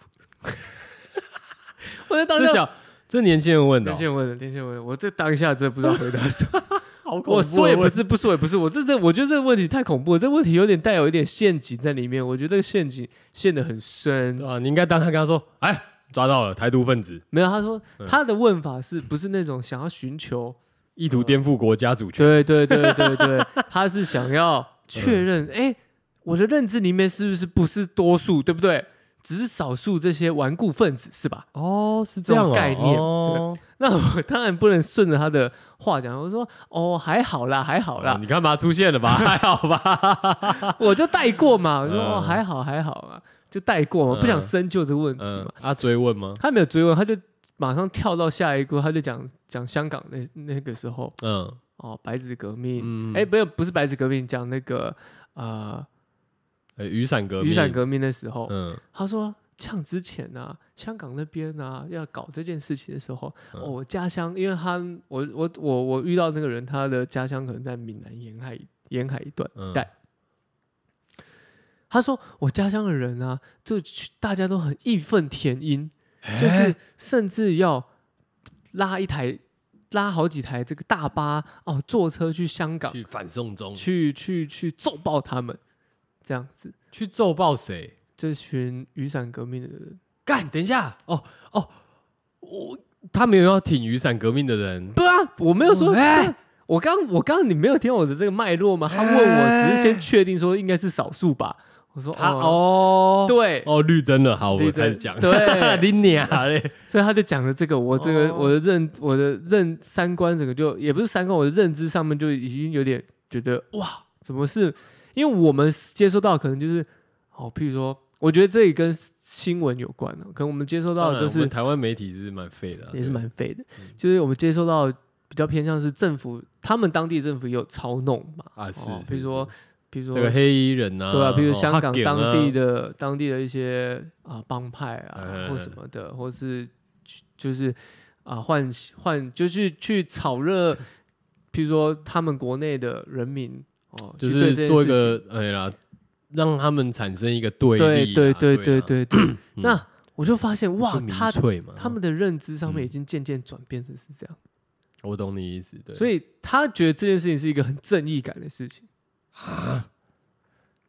[SPEAKER 2] (laughs) 我在当
[SPEAKER 1] 这
[SPEAKER 2] 下，
[SPEAKER 1] 小这哦年轻人问的
[SPEAKER 2] 天
[SPEAKER 1] 哦，
[SPEAKER 2] 线问的，天线问的，我这当下真的不知道回答
[SPEAKER 1] (laughs)
[SPEAKER 2] 什么。
[SPEAKER 1] 好恐怖的哦
[SPEAKER 2] 我
[SPEAKER 1] 问题，
[SPEAKER 2] 说也不是，不说也不是，我这这，我觉得这个问题太恐怖了，这个问题有点带有一点陷阱在里面，我觉得这个陷阱陷得很深
[SPEAKER 1] 对。啊，你应该当他跟他说，哎，抓到了台独分子，
[SPEAKER 2] 没有，他说
[SPEAKER 1] 嗯
[SPEAKER 2] 他的问法是不是那种想要寻求
[SPEAKER 1] 意图颠覆国家主权。
[SPEAKER 2] 对对对对对，他是想要确
[SPEAKER 1] 嗯
[SPEAKER 2] 认，哎、我的认知里面是不是不是多数，对不对？只是少数这些顽固分子是吧？
[SPEAKER 1] 哦，是这
[SPEAKER 2] 这样
[SPEAKER 1] 样
[SPEAKER 2] 哦
[SPEAKER 1] 概念，
[SPEAKER 2] 哦那我当然不能顺着他的话讲，我说哦还好啦，还好
[SPEAKER 1] 好啦，
[SPEAKER 2] 啦，
[SPEAKER 1] 哦嗯你看吧，出现了 (laughs) 吧，还好吧，
[SPEAKER 2] 我就带过嘛，我说、
[SPEAKER 1] 嗯
[SPEAKER 2] 哦还好还好啊，就带过嘛，
[SPEAKER 1] 嗯
[SPEAKER 2] 不想深究这个问题
[SPEAKER 1] 嗯
[SPEAKER 2] 嘛。，
[SPEAKER 1] 啊，追问吗？
[SPEAKER 2] 他没有追问，他就马上跳到下一个，他就讲讲香港那那个时候
[SPEAKER 1] 嗯
[SPEAKER 2] 哦白纸革命，
[SPEAKER 1] 嗯，
[SPEAKER 2] 哎、没有不是白纸革命，讲那个呃
[SPEAKER 1] 哎，雨伞革命，
[SPEAKER 2] 雨伞革命的时候，
[SPEAKER 1] 嗯，
[SPEAKER 2] 他说像之前啊，香港那边啊，要搞这件事情的时候，
[SPEAKER 1] 嗯
[SPEAKER 2] 哦、我家乡，因为他我我我我遇到那个人，他的家乡可能在闽南沿海沿海一段，
[SPEAKER 1] 嗯
[SPEAKER 2] 带他说我家乡的人啊，就去大家都很义愤填膺，就是甚至要拉一台拉好几台这个大巴哦，坐车去香港
[SPEAKER 1] 去反送中，去
[SPEAKER 2] 去去去揍爆他们，这样子，
[SPEAKER 1] 去揍爆谁？
[SPEAKER 2] 这群雨伞革命的人，
[SPEAKER 1] 干，等一下，哦哦，我他没有要挺雨伞革命的 (laughs) 人，
[SPEAKER 2] 不啊，我没有说
[SPEAKER 1] 哎
[SPEAKER 2] 这。我刚我刚你没有听我的这个脉络吗？他问我，只是先确定说应该是少数吧。我说
[SPEAKER 1] 他哦，
[SPEAKER 2] 哦，对，
[SPEAKER 1] 哦，绿灯了，好，我
[SPEAKER 2] 绿
[SPEAKER 1] 们
[SPEAKER 2] 灯
[SPEAKER 1] 开始讲。
[SPEAKER 2] 对
[SPEAKER 1] (laughs) 你娘嘞！
[SPEAKER 2] 所以他就讲了这个，我这个、
[SPEAKER 1] 哦
[SPEAKER 2] 我的认我的认三观整个就也不是三观，我的认知上面就已经有点觉得哇，怎么是？因为我们接收到可能就是哦，譬如说，我觉得这也跟新闻有关了、可能我们接收
[SPEAKER 1] 当
[SPEAKER 2] 到
[SPEAKER 1] 然，
[SPEAKER 2] 的都
[SPEAKER 1] 我
[SPEAKER 2] 是
[SPEAKER 1] 们台湾媒体是蛮废的啊，
[SPEAKER 2] 也是
[SPEAKER 1] 对
[SPEAKER 2] 蛮废的
[SPEAKER 1] 嗯，
[SPEAKER 2] 就是我们接收到比较偏向是政府，他们当地政府也有操弄嘛，
[SPEAKER 1] 啊，是
[SPEAKER 2] 哦，
[SPEAKER 1] 是
[SPEAKER 2] 比如说
[SPEAKER 1] 是
[SPEAKER 2] 比如
[SPEAKER 1] 这个
[SPEAKER 2] 说。
[SPEAKER 1] 黑衣人呐，
[SPEAKER 2] 对啊，比如
[SPEAKER 1] 哦
[SPEAKER 2] 香港当地，
[SPEAKER 1] 哈
[SPEAKER 2] 的、当地的一些啊帮派啊
[SPEAKER 1] 嗯，
[SPEAKER 2] 或什么的，或是去就是啊换换就是去炒热，比如说他们国内的人民哦，
[SPEAKER 1] 就
[SPEAKER 2] 去对
[SPEAKER 1] 是
[SPEAKER 2] 这件
[SPEAKER 1] 做一
[SPEAKER 2] 事情
[SPEAKER 1] 个哎啦，让他们产生一个对
[SPEAKER 2] 对
[SPEAKER 1] 立啊，
[SPEAKER 2] 对对
[SPEAKER 1] 对
[SPEAKER 2] 对
[SPEAKER 1] 啊，
[SPEAKER 2] 对对。
[SPEAKER 1] 嗯
[SPEAKER 2] 那我就发现哇
[SPEAKER 1] 就，民
[SPEAKER 2] 他
[SPEAKER 1] 粹嘛，
[SPEAKER 2] 他们的认知上面
[SPEAKER 1] 嗯
[SPEAKER 2] 已经渐渐转变成是这样，
[SPEAKER 1] 我懂你意思，对，
[SPEAKER 2] 所
[SPEAKER 1] 以
[SPEAKER 2] 以他觉得这件事情是一个很正义感的事情。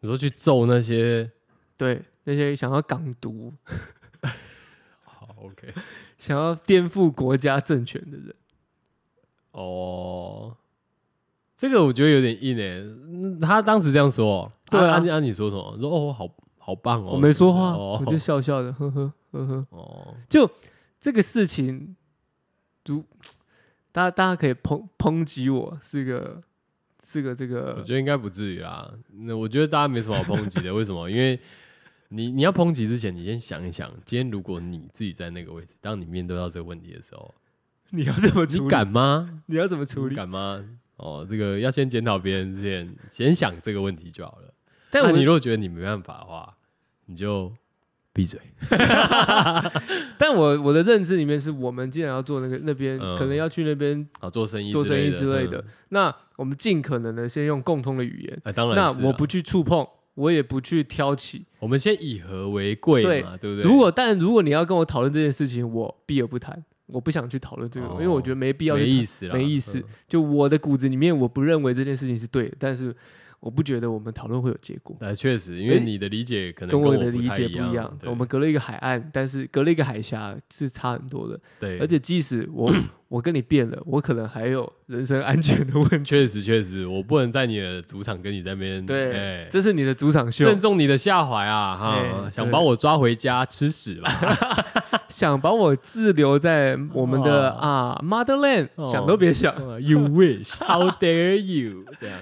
[SPEAKER 1] 你说去揍那些，
[SPEAKER 2] 对那些想要港独、
[SPEAKER 1] 好 OK，
[SPEAKER 2] 想要颠覆国家政权的人。
[SPEAKER 1] 哦，这个我觉得有点硬诶、嗯他当时这样说哦，
[SPEAKER 2] 对啊
[SPEAKER 1] 啊，你啊你说什么？说哦，好好棒哦，
[SPEAKER 2] 我没说话，
[SPEAKER 1] 哦
[SPEAKER 2] 我就笑笑的，呵呵呵呵。
[SPEAKER 1] 哦，
[SPEAKER 2] 就这个事情，如大家大家可以抨抨击我是个是个这
[SPEAKER 1] 我
[SPEAKER 2] 个
[SPEAKER 1] 觉得应该不至于啦。那我觉得大家没什么好抨击的，为 (laughs) 什么？因为你你要抨击之前，你先想一想，今天如果你自己在那个位置，当你面对到这个问题的时候，
[SPEAKER 2] 你要怎么处
[SPEAKER 1] 你
[SPEAKER 2] 理？
[SPEAKER 1] 敢吗？
[SPEAKER 2] 你要怎么处
[SPEAKER 1] 你
[SPEAKER 2] 理？
[SPEAKER 1] 敢吗？哦，这个要先检讨别人之前，先想这个问题就好了。
[SPEAKER 2] 但
[SPEAKER 1] 那
[SPEAKER 2] 我
[SPEAKER 1] 你如果觉得你没办法的话，你就闭嘴。
[SPEAKER 2] 但我我的认知里面是我们既然要做那个那边，
[SPEAKER 1] 嗯
[SPEAKER 2] 可能要去那边，
[SPEAKER 1] 啊，做生意
[SPEAKER 2] 做生意之类的
[SPEAKER 1] 嗯
[SPEAKER 2] 那我们尽可能的先用共通的语言。
[SPEAKER 1] 哎，当然
[SPEAKER 2] 那
[SPEAKER 1] 是啊
[SPEAKER 2] 我不去触碰，我也不去挑起。
[SPEAKER 1] 我们先以和为贵
[SPEAKER 2] 对
[SPEAKER 1] 嘛，对不对？
[SPEAKER 2] 如果但如果你要跟我讨论这件事情，我避而不谈。我不想去讨论这个，
[SPEAKER 1] 哦
[SPEAKER 2] 因为我觉得没必要去
[SPEAKER 1] 没
[SPEAKER 2] 讨
[SPEAKER 1] 意思了，
[SPEAKER 2] 没意思
[SPEAKER 1] 嗯。
[SPEAKER 2] 就我的骨子里面，我不认为这件事情是对的，但是我不觉得我们讨论会有结果，
[SPEAKER 1] 那确实，因为
[SPEAKER 2] 哎
[SPEAKER 1] 你的理解可能
[SPEAKER 2] 跟我
[SPEAKER 1] 我
[SPEAKER 2] 的理
[SPEAKER 1] 太
[SPEAKER 2] 解
[SPEAKER 1] 一
[SPEAKER 2] 不一样。
[SPEAKER 1] 对
[SPEAKER 2] 我们隔了一个海岸，但是隔了一个海峡是差很多的。
[SPEAKER 1] 对，
[SPEAKER 2] 而且即使我
[SPEAKER 1] (clears throat)
[SPEAKER 2] 我跟你变了，我可能还有人身安全的
[SPEAKER 1] (laughs)
[SPEAKER 2] 问题。
[SPEAKER 1] 确实确实，我不能在你的主场跟你在那边
[SPEAKER 2] 对
[SPEAKER 1] 哎，
[SPEAKER 2] 这是你的主场秀
[SPEAKER 1] 正，中你的下怀啊哈，
[SPEAKER 2] 哎
[SPEAKER 1] 想
[SPEAKER 2] 对
[SPEAKER 1] 把我抓回家吃屎
[SPEAKER 2] (laughs)
[SPEAKER 1] 吧？
[SPEAKER 2] 想把我滞留在我们的
[SPEAKER 1] 哦
[SPEAKER 2] 啊 motherland，
[SPEAKER 1] 哦
[SPEAKER 2] 想都别想。
[SPEAKER 1] (laughs) You wish，How dare you？这样，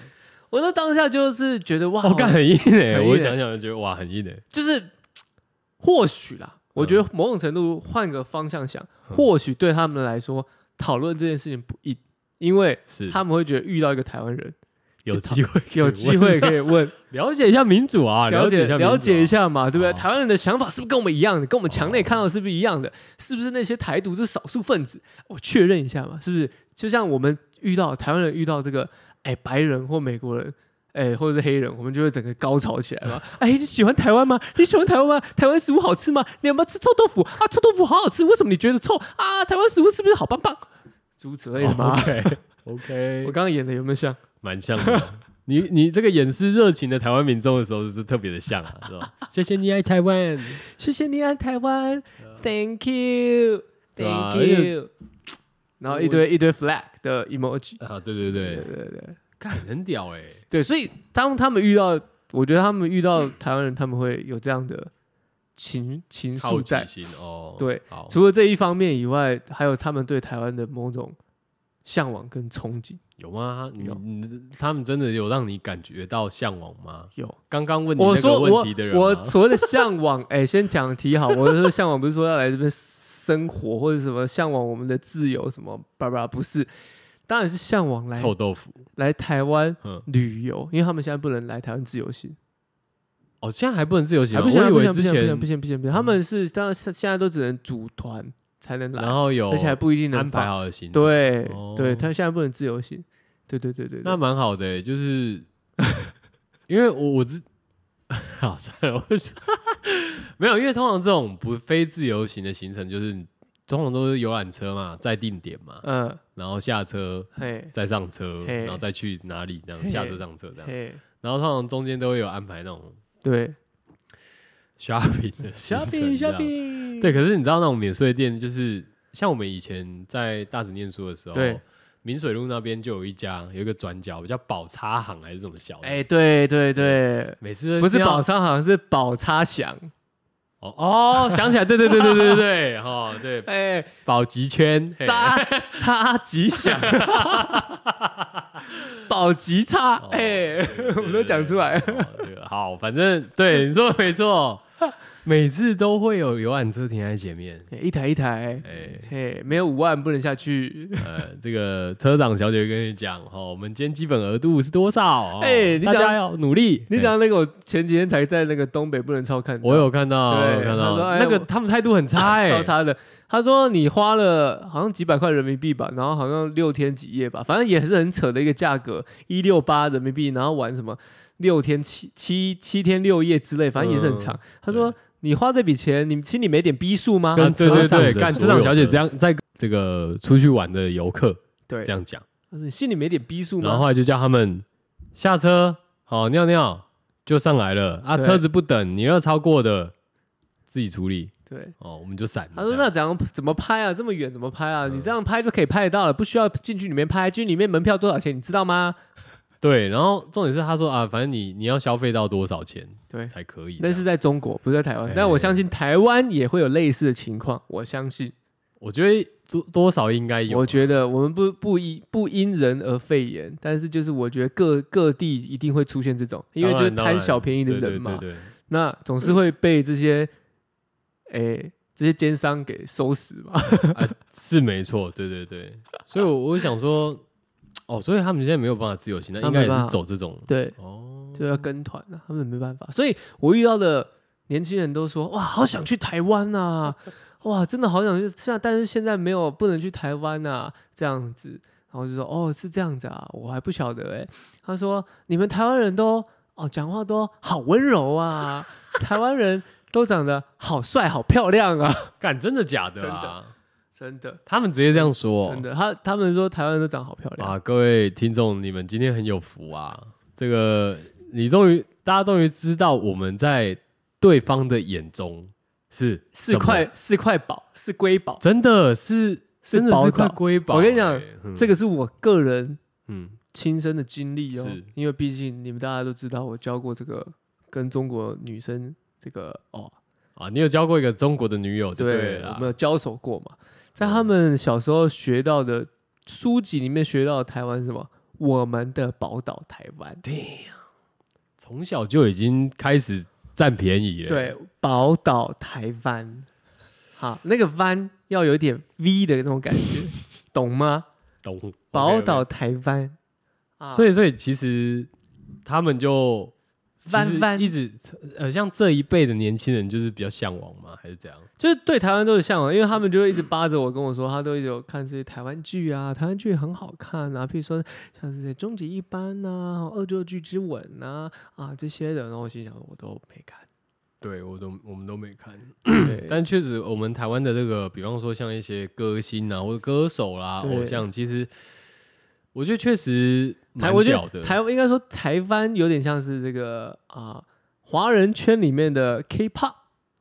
[SPEAKER 2] 我那当下就是觉得 (laughs) 哇，
[SPEAKER 1] 哦，干很硬哎，
[SPEAKER 2] 很硬
[SPEAKER 1] 我
[SPEAKER 2] 哎
[SPEAKER 1] 想想就觉得哇，很硬哎，
[SPEAKER 2] 就是或许
[SPEAKER 1] 嗯
[SPEAKER 2] 啦，我觉得某种程度换个方向想，或许对他们来说讨论这件事情不易，因为
[SPEAKER 1] 是
[SPEAKER 2] 他们会觉得遇到一个台湾人，
[SPEAKER 1] 有机会可以
[SPEAKER 2] 有机会可以问，
[SPEAKER 1] (laughs) 了解一下民主啊，哦
[SPEAKER 2] 了解
[SPEAKER 1] 一下
[SPEAKER 2] 了
[SPEAKER 1] 了
[SPEAKER 2] 解一。下嘛，对不对？
[SPEAKER 1] 好
[SPEAKER 2] 台湾人的想法是不是跟我们一样的？跟我们墙内
[SPEAKER 1] 哦
[SPEAKER 2] 看到的是不是一样的？是不是那些台独是少数分子？我确认一下嘛，是不是？就像我们遇到台湾人遇到这个，哎，白人或美国人。哎，或者是黑人，我们就会整个高潮起来嘛。
[SPEAKER 1] (laughs)
[SPEAKER 2] 哎，你喜欢台湾吗？你喜欢台湾吗？台湾食物好吃吗？你有没有吃臭豆腐啊？臭豆腐好好吃，为什么你觉得臭啊？台湾食物是不是好棒棒？诸如此类的
[SPEAKER 1] (laughs) 哦
[SPEAKER 2] 嘛。
[SPEAKER 1] OK
[SPEAKER 2] (laughs) 我
[SPEAKER 1] OK，
[SPEAKER 2] 刚刚演的有没有像？
[SPEAKER 1] 啊蛮像的。你你这个掩饰热情的台湾民众的时候是特别的像啊，是
[SPEAKER 2] (laughs)
[SPEAKER 1] 吧？谢谢你爱台湾，
[SPEAKER 2] 谢谢你爱台湾，Thank you，Thank
[SPEAKER 1] 对
[SPEAKER 2] you，,
[SPEAKER 1] 啊
[SPEAKER 2] thank you 然后一堆一堆 flag 的 emoji，
[SPEAKER 1] 啊，对对对
[SPEAKER 2] 对，对对
[SPEAKER 1] 看很屌哎、
[SPEAKER 2] 对，所以当他们遇到，我觉得他们遇到台湾人，他们会有这样的情情
[SPEAKER 1] 好
[SPEAKER 2] 愫
[SPEAKER 1] 奇
[SPEAKER 2] 在。
[SPEAKER 1] 心哦，
[SPEAKER 2] 对，
[SPEAKER 1] 好，
[SPEAKER 2] 除了这一方面以外，还有他们对台湾的某种向往跟憧憬。
[SPEAKER 1] 有吗？你
[SPEAKER 2] 有
[SPEAKER 1] 你他们真的有让你感觉到向往吗？
[SPEAKER 2] 有，
[SPEAKER 1] 刚刚问你
[SPEAKER 2] 我
[SPEAKER 1] 那
[SPEAKER 2] 说
[SPEAKER 1] 个
[SPEAKER 2] 我
[SPEAKER 1] 问题的人吗
[SPEAKER 2] 我所谓的向往， (laughs) 哎，先讲题好，我说向往不是说要来这边生活或者什么向往我们的自由什么叭叭，不是，当然是向往来
[SPEAKER 1] 臭豆腐，
[SPEAKER 2] 来台湾
[SPEAKER 1] 嗯
[SPEAKER 2] 旅游，因为他们现在不能来台湾自由行，
[SPEAKER 1] 哦，现在还不能自由行
[SPEAKER 2] 还
[SPEAKER 1] 啊，
[SPEAKER 2] 哎不行，
[SPEAKER 1] 我
[SPEAKER 2] 还
[SPEAKER 1] 以
[SPEAKER 2] 不
[SPEAKER 1] 为
[SPEAKER 2] 行，不
[SPEAKER 1] 之
[SPEAKER 2] 行，不行，
[SPEAKER 1] 前嗯
[SPEAKER 2] 不，行，不啊行，不行他们是当然现在都只能组团才能来，
[SPEAKER 1] 然后有
[SPEAKER 2] 而且还不一定能
[SPEAKER 1] 安排
[SPEAKER 2] 放。
[SPEAKER 1] 好的行程，
[SPEAKER 2] 对、
[SPEAKER 1] 哦
[SPEAKER 2] 对，他现在不能自由行。对对对对对
[SPEAKER 1] 那蛮好的欸、就是
[SPEAKER 2] (laughs)
[SPEAKER 1] 因为我我知， (laughs) 好算了，我是 (laughs) 没有，因为通常这种不非自由行的行程，就是通常都是游览车嘛，在定点嘛，
[SPEAKER 2] 嗯，
[SPEAKER 1] 然后下车
[SPEAKER 2] 嘿，
[SPEAKER 1] (laughs) 再上车，
[SPEAKER 2] 嘿
[SPEAKER 1] 然后再去哪里这样，
[SPEAKER 2] 嘿
[SPEAKER 1] 下车上车这样，
[SPEAKER 2] 嘿，
[SPEAKER 1] 然后通常中间都会有安排那种
[SPEAKER 2] 对，
[SPEAKER 1] shopping
[SPEAKER 2] (laughs)
[SPEAKER 1] 的行
[SPEAKER 2] 虾
[SPEAKER 1] 程
[SPEAKER 2] 饼，
[SPEAKER 1] 这
[SPEAKER 2] 虾
[SPEAKER 1] 样
[SPEAKER 2] 饼，
[SPEAKER 1] 对，可是你知道那种免税店，就是像我们以前在大直念书的时候，
[SPEAKER 2] 对，
[SPEAKER 1] 明水路那边就有一家有一个转角叫宝叉行还是什么小的，
[SPEAKER 2] 哎、对对对，
[SPEAKER 1] 每次都
[SPEAKER 2] 不是
[SPEAKER 1] 这样
[SPEAKER 2] 宝昌行，是宝叉祥。
[SPEAKER 1] 哦哦，想起来，对对对对对对对，哦
[SPEAKER 2] (laughs)
[SPEAKER 1] 对，
[SPEAKER 2] 哎、
[SPEAKER 1] 保级圈，嘿
[SPEAKER 2] 叉叉吉 (laughs) 祥，宝吉叉，
[SPEAKER 1] 哦
[SPEAKER 2] 哎、
[SPEAKER 1] 对对对
[SPEAKER 2] (laughs) 我们都讲出来了。
[SPEAKER 1] 对对对哦这个好，反正对你说的没错，
[SPEAKER 2] (laughs)
[SPEAKER 1] 每次都会有游览车停在前面，
[SPEAKER 2] 一台一台，
[SPEAKER 1] 哎。
[SPEAKER 2] 嘿，没有五万不能下去。
[SPEAKER 1] 呃，这个车长小姐跟你讲哦，我们今天基本额度是多少？哦
[SPEAKER 2] 哎你
[SPEAKER 1] 大
[SPEAKER 2] 讲
[SPEAKER 1] 家要努力。
[SPEAKER 2] (laughs) 你
[SPEAKER 1] 哎
[SPEAKER 2] 讲那个，我前几天才在那个东北不能超看到，
[SPEAKER 1] 我有看到，我
[SPEAKER 2] 对
[SPEAKER 1] 有看
[SPEAKER 2] 他
[SPEAKER 1] 到
[SPEAKER 2] 说哎
[SPEAKER 1] 那个
[SPEAKER 2] 我
[SPEAKER 1] 他们态度很差哎、
[SPEAKER 2] 超差的。他说你花了好像几百块人民币吧，然后好像六天几夜吧，反正也是很扯的一个价格，一六八人民币，然后玩什么六天七七七天六夜之类，反正也是
[SPEAKER 1] 嗯
[SPEAKER 2] 很长。他说你花这笔钱，你心里没点逼数吗？
[SPEAKER 1] 跟对对
[SPEAKER 3] 车上
[SPEAKER 1] 对，
[SPEAKER 3] 的
[SPEAKER 1] 干
[SPEAKER 3] 所
[SPEAKER 1] 车长
[SPEAKER 3] 有
[SPEAKER 1] 小姐
[SPEAKER 3] 的
[SPEAKER 1] 这样在这个出去玩的游客
[SPEAKER 2] 对，
[SPEAKER 1] 这样讲，
[SPEAKER 2] 他说你心里没点逼数吗？
[SPEAKER 1] 然后后来就叫他们下车，好尿尿就上来了啊，
[SPEAKER 2] 对
[SPEAKER 1] 车子不等，你要超过的自己处理
[SPEAKER 2] 对。
[SPEAKER 1] 哦，我们就闪。
[SPEAKER 2] 他说：“
[SPEAKER 1] 这
[SPEAKER 2] 那
[SPEAKER 1] 样
[SPEAKER 2] 怎样怎么拍啊？这么远怎么拍啊？
[SPEAKER 1] 嗯
[SPEAKER 2] 你这样拍就可以拍得到了，不需要进去里面拍。进去里面门票多少钱，你知道吗？
[SPEAKER 1] 对，然后重点是他说啊，反正你你要消费到多少钱
[SPEAKER 2] 对，
[SPEAKER 1] 才可以这
[SPEAKER 2] 那
[SPEAKER 1] 样？
[SPEAKER 2] 是在中国，不是在台湾。但我
[SPEAKER 1] 哎
[SPEAKER 2] 相信台湾也会有类似的情况，我相信。
[SPEAKER 1] 我觉得多多少应该有
[SPEAKER 2] 我，觉得我们不不因不因人而肺炎，但是就是我觉得各各地一定会出现这种，因为就是
[SPEAKER 1] 当然
[SPEAKER 2] 贪小便宜的
[SPEAKER 1] 对
[SPEAKER 2] 人
[SPEAKER 1] 对
[SPEAKER 2] 嘛，
[SPEAKER 1] 对对，
[SPEAKER 2] 那总是会被这些，诶、这些奸商给收拾嘛。 (laughs)
[SPEAKER 1] 啊是没错，对对对，所以我我想说，哦，所以他们现在没有办法自由行，那
[SPEAKER 2] 他
[SPEAKER 1] 应该
[SPEAKER 2] 们
[SPEAKER 1] 也
[SPEAKER 2] 没
[SPEAKER 1] 是
[SPEAKER 2] 办法
[SPEAKER 1] 走这种
[SPEAKER 2] 对，
[SPEAKER 1] 哦，
[SPEAKER 2] 就要跟团啊，他们没办法。所以我遇到的年轻人都说，哇，好想去台湾啊，哇，真的好想去，现在但是现在没有不能去台湾啊，这样子。然后就说，哦，是这样子啊，我还不晓得哎、他说，你们台湾人都哦讲话都好温柔啊，台湾人都长得好帅好漂亮啊，
[SPEAKER 1] 干真的假的
[SPEAKER 2] 真
[SPEAKER 1] 啊？
[SPEAKER 2] (laughs) 真的
[SPEAKER 1] 他们直接这样说，
[SPEAKER 2] 真的，他他们说台湾人都长得好漂亮，
[SPEAKER 1] 啊！各位听众，你们今天很有福啊！这个你终于，大家终于知道我们在对方的眼中是什
[SPEAKER 2] 是
[SPEAKER 1] 么
[SPEAKER 2] 块是块宝，是瑰宝。
[SPEAKER 1] 真的是
[SPEAKER 2] 是
[SPEAKER 1] 真的是
[SPEAKER 2] 宝
[SPEAKER 1] 块
[SPEAKER 2] 岛
[SPEAKER 1] 瑰宝欸。
[SPEAKER 2] 我跟你讲
[SPEAKER 1] 嗯，
[SPEAKER 2] 这个是我个人
[SPEAKER 1] 嗯，
[SPEAKER 2] 亲身的经历哦
[SPEAKER 1] 是，
[SPEAKER 2] 因为毕竟你们大家都知道，我教过这个跟中国女生这个哦，
[SPEAKER 1] 啊，你有交过一个中国的女友就对
[SPEAKER 2] 我
[SPEAKER 1] 了
[SPEAKER 2] 们
[SPEAKER 1] 啦，嗯
[SPEAKER 2] 有交手过嘛，在他们小时候学到的书籍里面学到的台湾是什么，我们的宝岛台湾，
[SPEAKER 1] 从小就已经开始占便宜了。
[SPEAKER 2] 对，宝岛台湾，好，那个湾要有点 V 的那种感
[SPEAKER 1] (laughs)
[SPEAKER 2] 觉，懂吗？
[SPEAKER 1] 懂，懂
[SPEAKER 2] 宝岛台湾，啊
[SPEAKER 1] 所以，所以其实他们就
[SPEAKER 2] 弯
[SPEAKER 1] 其实
[SPEAKER 2] 弯
[SPEAKER 1] 一直呃，像这一辈的年轻人就是比较向往嘛，还是怎样？
[SPEAKER 2] 就是对台湾都是向往，因为他们就会一直扒着我跟我说，他都一直有看这些台湾剧啊，台湾剧很好看啊，譬如说像是这些《终极一班》呐，《恶作剧之吻》呐啊这些的，然后我心想我都没看，
[SPEAKER 1] 对我都我们都没看，
[SPEAKER 2] 对
[SPEAKER 1] 但确实我们台湾的这个，比方说像一些歌星啊，或者歌手啦、
[SPEAKER 2] 对
[SPEAKER 1] 偶像，其实我觉得确实
[SPEAKER 2] 台
[SPEAKER 1] 蛮
[SPEAKER 2] 我觉
[SPEAKER 1] 屌的
[SPEAKER 2] 得。台湾应该说台湾有点像是这个啊华人圈里面的 K-pop，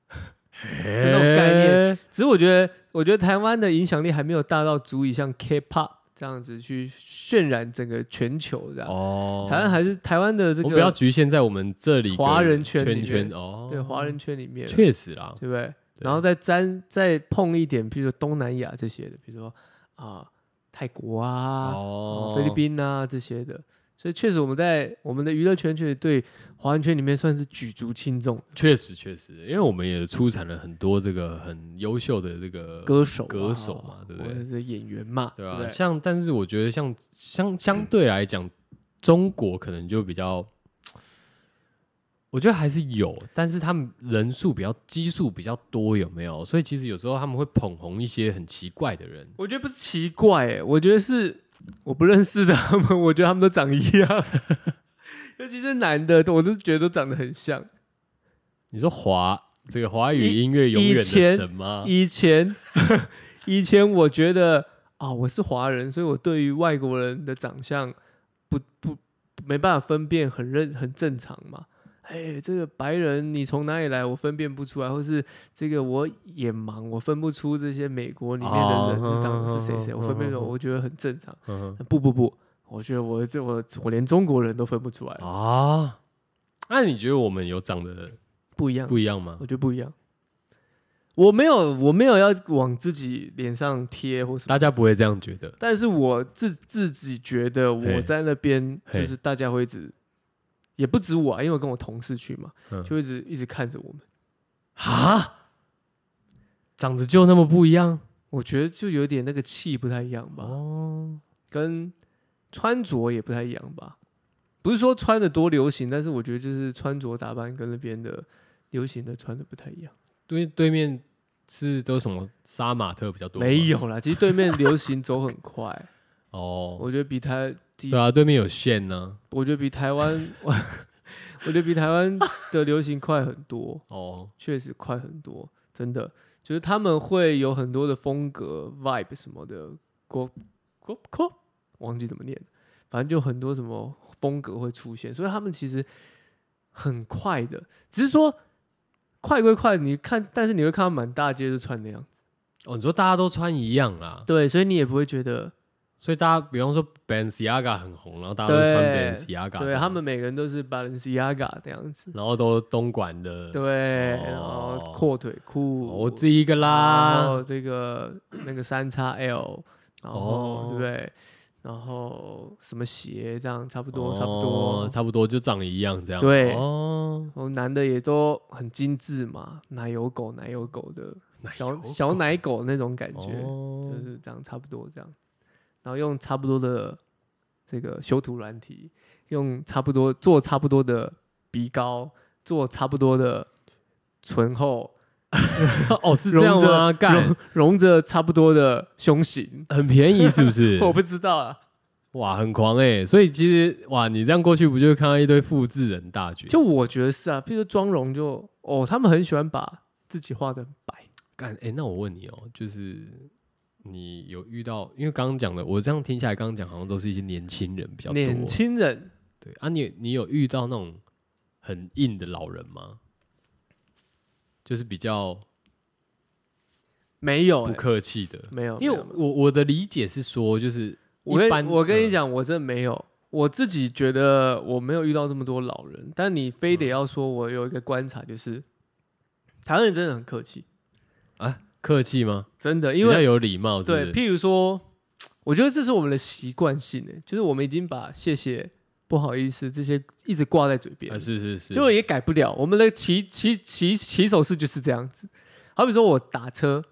[SPEAKER 1] 这
[SPEAKER 2] 那种概念，只是我觉得我觉得台湾的影响力还没有大到足以像 K-pop 这样子去渲染整个全球这样。
[SPEAKER 1] 哦，
[SPEAKER 2] 台湾还是台湾的这
[SPEAKER 1] 我
[SPEAKER 2] 个
[SPEAKER 1] 们不要局限在我们这里
[SPEAKER 2] 华人圈
[SPEAKER 1] 圈
[SPEAKER 2] 里
[SPEAKER 1] 圈
[SPEAKER 2] 面
[SPEAKER 1] 哦，
[SPEAKER 2] 对华人圈里面，对
[SPEAKER 1] 确实啦，
[SPEAKER 2] 不对？然后再沾再碰一点，比如说东南亚这些的，比如说啊、泰国啊、
[SPEAKER 1] 哦
[SPEAKER 2] 啊菲律宾啊这些的。所以确实我们在我们的娱乐圈确实对华人圈里面算是举足轻重的
[SPEAKER 1] 确实确实，因为我们也出产了很多这个很优秀的这个
[SPEAKER 2] 歌手啊、
[SPEAKER 1] 呃歌手嘛对不对
[SPEAKER 2] 或者是演员嘛，
[SPEAKER 1] 对
[SPEAKER 2] 对
[SPEAKER 1] 啊，
[SPEAKER 2] 不对
[SPEAKER 1] 像但是我觉得像相相对来讲，中国可能就比较我觉得还是有，但是他们人数比较基数比较多，有没有？所以其实有时候他们会捧红一些很奇怪的人。
[SPEAKER 2] 我觉得不是奇怪、欸，我觉得是我不认识的 (laughs) 他们，我觉得他们都长一样， (laughs) 尤其是男的，我都觉得都长得很像。
[SPEAKER 1] 你说华这个华语音乐永远的
[SPEAKER 2] 以前
[SPEAKER 1] 神吗？
[SPEAKER 2] 以前， (laughs) 以前我觉得啊、我是华人，所以我对于外国人的长相不不没办法分辨，很认很正常嘛。哎，这个白人你从哪里来，我分辨不出来，或是这个我眼盲，我分不出这些美国里面的人
[SPEAKER 1] 哦
[SPEAKER 2] 是长得是谁谁，
[SPEAKER 1] 哼
[SPEAKER 2] 我分辨不出来，
[SPEAKER 1] 哼
[SPEAKER 2] 我觉得很正常。
[SPEAKER 1] 嗯
[SPEAKER 2] 不不不，我觉得我这我我连中国人都分不出来，
[SPEAKER 1] 啊，那你觉得我们有长得
[SPEAKER 2] 不一样，
[SPEAKER 1] 不一样吗
[SPEAKER 2] 我？觉得不一样。我没有，我没有要往自己脸上贴或什么。
[SPEAKER 1] 大家不会这样觉得
[SPEAKER 2] 但是我自自己觉得我
[SPEAKER 1] 嘿
[SPEAKER 2] 在那边
[SPEAKER 1] 嘿
[SPEAKER 2] 就是大家会一直，也不止我啊，因为我跟我同事去嘛，
[SPEAKER 1] 嗯
[SPEAKER 2] 就一直一直看着我们。
[SPEAKER 1] 啊？长得就那么不一样
[SPEAKER 2] 我觉得就有点那个气不太一样吧，
[SPEAKER 1] 哦？
[SPEAKER 2] 跟穿着也不太一样吧。不是说穿的多流行，但是我觉得就是穿着打扮跟那边的流行的穿的不太一样。
[SPEAKER 1] 对，对面是都什么杀马特比较多吗？
[SPEAKER 2] 没有啦，其实对面流行走很快，
[SPEAKER 1] (laughs) 哦，
[SPEAKER 2] 我觉得比台，
[SPEAKER 1] 对啊，对面有线呢、
[SPEAKER 2] 我觉得比台湾， (laughs) 我觉得比台湾的流行快很多。
[SPEAKER 1] 哦，
[SPEAKER 2] 确实快很多，真的，就是他们会有很多的风格、vibe 什么的，国国国忘记怎么念，反正就很多什么风格会出现，所以他们其实很快的，只是说快归快，你看，但是你会看到满大街都穿那样，
[SPEAKER 1] 哦，你说大家都穿一样啦，
[SPEAKER 2] 对，所以你也不会觉得，
[SPEAKER 1] 所以大家比方说 Balenciaga 很红，然后大家都穿
[SPEAKER 2] 对
[SPEAKER 1] Balenciaga，这
[SPEAKER 2] 对
[SPEAKER 1] 样
[SPEAKER 2] 他们每个人都是 Balenciaga 那样子，
[SPEAKER 1] 然后都东莞的，
[SPEAKER 2] 对，
[SPEAKER 1] 哦
[SPEAKER 2] 然后阔腿裤，
[SPEAKER 1] 我自己一个
[SPEAKER 2] 然
[SPEAKER 1] 啦，
[SPEAKER 2] 后这个那个三叉 L，然后、
[SPEAKER 1] 哦
[SPEAKER 2] 对不对？然后什么鞋这样差不
[SPEAKER 1] 不
[SPEAKER 2] 多，差不多。
[SPEAKER 1] 哦差不多就长一样这样，
[SPEAKER 2] 对
[SPEAKER 1] 哦，
[SPEAKER 2] 然后男的也都很精致嘛，奶油狗、奶油狗的小小奶狗那种感觉，
[SPEAKER 1] 哦 (laughs)
[SPEAKER 2] 就是这样，差不多这样。然后用差不多的这个修图软体，用差不多做差不多的鼻膏，做差不多的唇厚，
[SPEAKER 1] 哦，是这样吗？
[SPEAKER 2] 融着
[SPEAKER 1] (laughs) 干
[SPEAKER 2] 融融着差不多的胸型，
[SPEAKER 1] 很便宜是不是？
[SPEAKER 2] (laughs) 我不知道啊。
[SPEAKER 1] 哇，很狂哎、所以其实哇，你这样过去不就会看到一堆复制人大军？
[SPEAKER 2] 就我觉得是啊，譬如说妆容就哦，他们很喜欢把自己画的白，
[SPEAKER 1] 干哎、那我问你哦、就是你有遇到，因为刚刚讲的，我这样听下来，刚刚讲好像都是一些年轻人比较多，
[SPEAKER 2] 年轻人
[SPEAKER 1] 对啊你，你有遇到那种很硬的老人吗？就是比较
[SPEAKER 2] 没有、
[SPEAKER 1] 不
[SPEAKER 2] 欸，
[SPEAKER 1] 客气的，
[SPEAKER 2] 没有，
[SPEAKER 1] 因为
[SPEAKER 2] 没有
[SPEAKER 1] 我我的理解是说，就是
[SPEAKER 2] 我
[SPEAKER 1] 一
[SPEAKER 2] 跟
[SPEAKER 1] 般
[SPEAKER 2] 我跟你
[SPEAKER 1] 嗯
[SPEAKER 2] 讲，我真的没有，我自己觉得我没有遇到这么多老人，但你非得要说我有一个观察，就是台湾人真的很客气，
[SPEAKER 1] 啊，客气吗？
[SPEAKER 2] 真的，因
[SPEAKER 1] 比较
[SPEAKER 2] 为
[SPEAKER 1] 有礼貌是不
[SPEAKER 2] 对，
[SPEAKER 1] 是，
[SPEAKER 2] 譬如说，我觉得这是我们的习惯性诶、就是我们已经把谢谢、不好意思这些一直挂在嘴边
[SPEAKER 1] 啊，
[SPEAKER 2] 了，
[SPEAKER 1] 是是是，
[SPEAKER 2] 结果也改不了。我们的骑骑骑骑手式就是这样子。好比说我打车，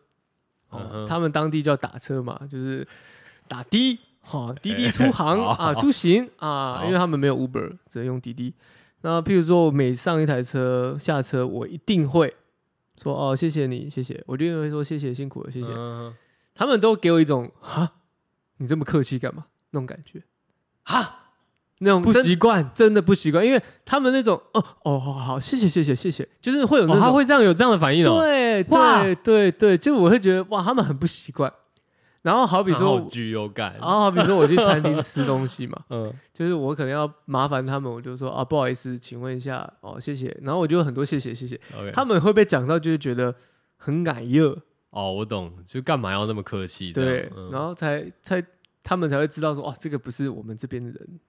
[SPEAKER 2] 哦
[SPEAKER 1] 嗯哼
[SPEAKER 2] 他们当地叫打车嘛，就是打的，哦，滴滴出行
[SPEAKER 1] 哎好
[SPEAKER 2] 啊，出行啊，
[SPEAKER 1] 好
[SPEAKER 2] 因为他们没有 Uber，只能用滴滴。那譬如说，我每上一台车下车，我一定会说哦，谢谢你，谢谢，我就一定会说谢谢，辛苦了，谢谢。
[SPEAKER 1] 嗯
[SPEAKER 2] 他们都给我一种哈，你这么客气干嘛那种感觉，
[SPEAKER 1] 哈，
[SPEAKER 2] 那种
[SPEAKER 1] 不
[SPEAKER 2] 真
[SPEAKER 1] 习惯。
[SPEAKER 2] 真的不习惯，因为他们那种哦哦，好好好，谢谢谢谢谢谢，就是会有那
[SPEAKER 1] 哦，
[SPEAKER 2] 种、
[SPEAKER 1] 他会这样有这样的反应哦。
[SPEAKER 2] 对啊
[SPEAKER 1] 哇
[SPEAKER 2] 对对对，就我会觉得哇，他们很不习惯。然后好
[SPEAKER 1] 好
[SPEAKER 2] 比说，哦
[SPEAKER 1] 具有感，
[SPEAKER 2] 然后好比说我去餐厅吃东西嘛， (laughs)
[SPEAKER 1] 嗯，
[SPEAKER 2] 就是我可能要麻烦他们，我就说啊，不好意思，请问一下，哦，谢谢。然后我就有很多谢谢谢谢，
[SPEAKER 1] OK，
[SPEAKER 2] 他们会被讲到，就是觉得很矮热，
[SPEAKER 1] 哦，我懂，就干嘛要那么客气这样？
[SPEAKER 2] 对，
[SPEAKER 1] 嗯
[SPEAKER 2] 然后才才他们才会知道说，哦，这个不是我们这边的人，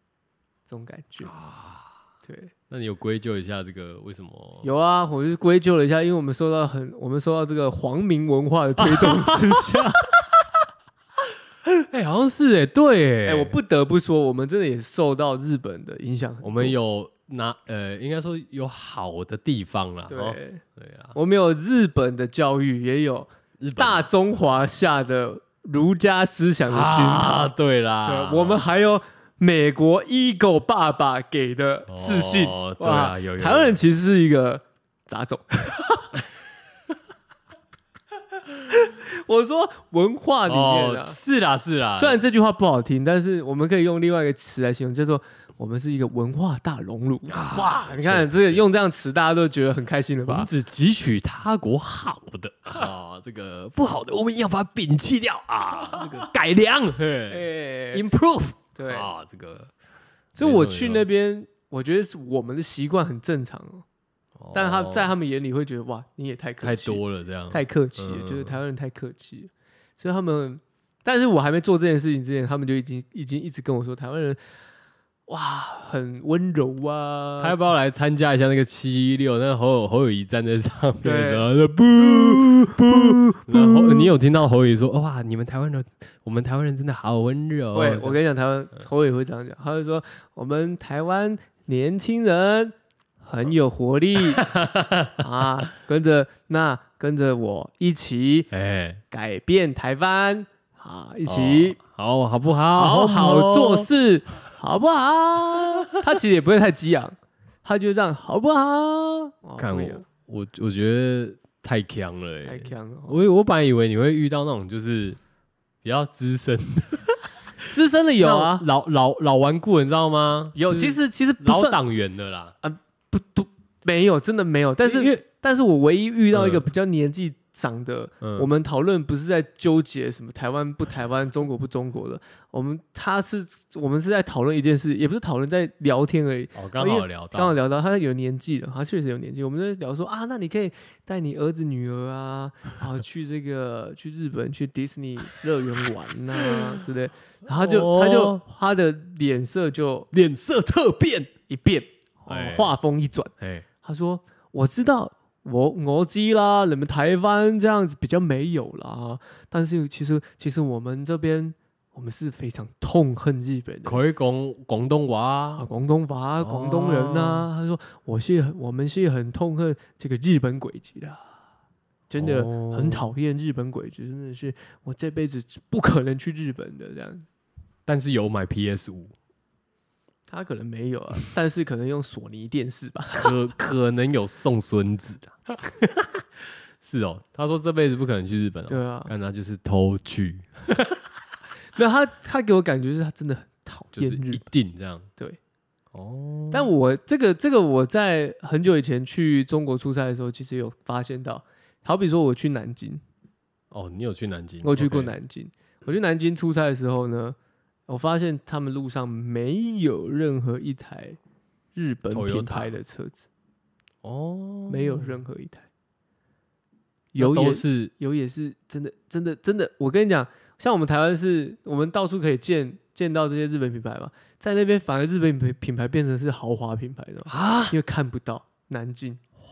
[SPEAKER 2] 这种感觉。
[SPEAKER 1] 啊
[SPEAKER 2] 对，
[SPEAKER 1] 那你有归咎一下这个为什么？
[SPEAKER 2] 有啊，我就归咎了一下，因为我们受到很，我们受到这个皇民文化的推动之下，
[SPEAKER 1] 哎，好像是哎， (laughs) 对，
[SPEAKER 2] 哎、我，不得不说，我们真的也受到日本的影响很多。
[SPEAKER 1] 我们有拿呃，应该说有好的地方啦，哦
[SPEAKER 2] 对，
[SPEAKER 1] 对啦，
[SPEAKER 2] 我们有日本的教育，也有
[SPEAKER 1] 日本
[SPEAKER 2] 大中华下的儒家思想的熏陶。
[SPEAKER 1] 啊，对
[SPEAKER 2] 对
[SPEAKER 1] 啦，
[SPEAKER 2] 我们还有美国 ego 爸爸给的自信。
[SPEAKER 1] 哦对啊
[SPEAKER 2] 哇
[SPEAKER 1] 有有有
[SPEAKER 2] 台湾人其实是一个
[SPEAKER 1] (laughs)
[SPEAKER 2] 杂种。我说文化里面啊，
[SPEAKER 1] 哦，是啦是啦，
[SPEAKER 2] 虽然这句话不好听，但是我们可以用另外一个词来形容，叫做我们是一个文化大熔炉。
[SPEAKER 1] 啊
[SPEAKER 2] 哇，你看这个用这样词，大家都觉得很开心了
[SPEAKER 1] 我们
[SPEAKER 2] 吧？
[SPEAKER 1] 只汲取他国好
[SPEAKER 2] (laughs)
[SPEAKER 1] 的啊，这个不好的我们要把它摒弃掉啊，这个改良，嘿
[SPEAKER 2] 哎，
[SPEAKER 1] ，improve，
[SPEAKER 2] 对，
[SPEAKER 1] 嗯啊，这个，
[SPEAKER 2] 所以我去那
[SPEAKER 1] 边，
[SPEAKER 2] 边，我觉得是我们的习惯很正常哦，
[SPEAKER 1] 哦
[SPEAKER 2] 但是他在他们眼里会觉得哇，你也太客
[SPEAKER 1] 太
[SPEAKER 2] 气了
[SPEAKER 1] 多了这样，
[SPEAKER 2] 太客气了，
[SPEAKER 1] 嗯
[SPEAKER 2] 就是台湾人太客气了，所以他们，但是我还没做这件事情之前，他们就已经已经一直跟我说，台湾人哇很温柔啊，
[SPEAKER 1] 他要不要来参加一下那个七一六？那侯友侯友谊站在上面的时候，他说不
[SPEAKER 2] (laughs)
[SPEAKER 1] 不不，然后你有听到侯友谊说哇，你们台湾人，我们台湾人真的好温柔哦。
[SPEAKER 2] 会，我跟你讲，台湾侯也会这样讲，他会说我们台湾年轻人很有
[SPEAKER 1] (laughs)
[SPEAKER 2] 活力啊，跟着那跟着我一起
[SPEAKER 1] 哎，
[SPEAKER 2] 改变台湾啊，一
[SPEAKER 1] 一
[SPEAKER 2] 起
[SPEAKER 1] 好好不好？
[SPEAKER 2] 好好做
[SPEAKER 1] 事。
[SPEAKER 2] 事，好不好？他其实也不会太激昂，他就这样，好不好？哦
[SPEAKER 1] 看
[SPEAKER 2] 不一
[SPEAKER 1] 我
[SPEAKER 2] 样，
[SPEAKER 1] 我我觉得太强了、欸，
[SPEAKER 2] 太强了哦。
[SPEAKER 1] 我以我本来以为你会遇到那种就是比较资深，
[SPEAKER 2] 资深的有啊，
[SPEAKER 1] 老老老顽固，你知道吗？
[SPEAKER 2] 有，
[SPEAKER 1] 就是
[SPEAKER 2] 其实其实不
[SPEAKER 1] 老
[SPEAKER 2] 算
[SPEAKER 1] 党员的啦，
[SPEAKER 2] 不不没有，真的没有。但是
[SPEAKER 1] 因为
[SPEAKER 2] 但是我唯一遇到一个
[SPEAKER 1] 嗯
[SPEAKER 2] 比较年纪长的，
[SPEAKER 1] 嗯
[SPEAKER 2] 我们讨论不是在纠结什么台湾不台湾、中国不中国的，我们他是我们是在讨论一件事，也不是讨论在聊天而已。
[SPEAKER 1] 哦刚好聊
[SPEAKER 2] 刚好
[SPEAKER 1] 到，
[SPEAKER 2] 聊到他有年纪了，他确实有年纪。我们在聊说啊，那你可以带你儿子、女儿
[SPEAKER 1] (laughs)
[SPEAKER 2] 啊，啊去这个去日本去迪士尼乐园玩
[SPEAKER 1] (laughs)
[SPEAKER 2] 呐、之类。然后他就、他就
[SPEAKER 1] 哦
[SPEAKER 2] 他的脸色就
[SPEAKER 1] 脸色特变，
[SPEAKER 2] 一变，哦
[SPEAKER 1] 哎
[SPEAKER 2] 画、风一转。
[SPEAKER 1] 哎、
[SPEAKER 2] 他说：“我知道，我我知啦，你们台湾这样子比较没有啦，但是其实其实我们这边我们是非常痛恨日本的。”
[SPEAKER 1] 可以讲广东
[SPEAKER 2] 啊，
[SPEAKER 1] 话，
[SPEAKER 2] 广东话
[SPEAKER 1] 哦
[SPEAKER 2] 啊，广东人呐、他说我是很我们是很痛恨这个日本鬼子的啊，真的
[SPEAKER 1] 哦
[SPEAKER 2] 很讨厌日本鬼子，真的是我这辈子不可能去日本的这样。
[SPEAKER 1] 但是有买 PS 五，
[SPEAKER 2] 他可能没有啊，但是可能用索尼电视吧。 (laughs)
[SPEAKER 1] 可可能有送孙子啦 (laughs) 是哦，他说这辈子不可能去日本哦，
[SPEAKER 2] 对啊，
[SPEAKER 1] 但他就是偷去，
[SPEAKER 2] 没有他，他给我感觉是他真的很讨
[SPEAKER 1] 就
[SPEAKER 2] 厌
[SPEAKER 1] 是
[SPEAKER 2] 日本
[SPEAKER 1] 一。定这样，
[SPEAKER 2] 对，
[SPEAKER 1] 哦，
[SPEAKER 2] 但我这个这个我在很久以前去中国出差的时候，其实有发现到，好比说我去南京，
[SPEAKER 1] 哦，你有去南京？
[SPEAKER 2] 我去过
[SPEAKER 1] OK
[SPEAKER 2] 南京，我去南京出差的时候呢，我发现他们路上没有任何一台日本
[SPEAKER 1] Toyota
[SPEAKER 2] 品牌的车子，
[SPEAKER 1] 哦，
[SPEAKER 2] 没有任何一台，
[SPEAKER 1] 那
[SPEAKER 2] 有也
[SPEAKER 1] 都是
[SPEAKER 2] 有也是真的真的真的，我跟你讲，像我们台湾是，我们到处可以见见到这些日本品牌嘛，在那边反而日本品品牌变成是豪华品牌的。
[SPEAKER 1] 啊，
[SPEAKER 2] 因为看不到南京。哇，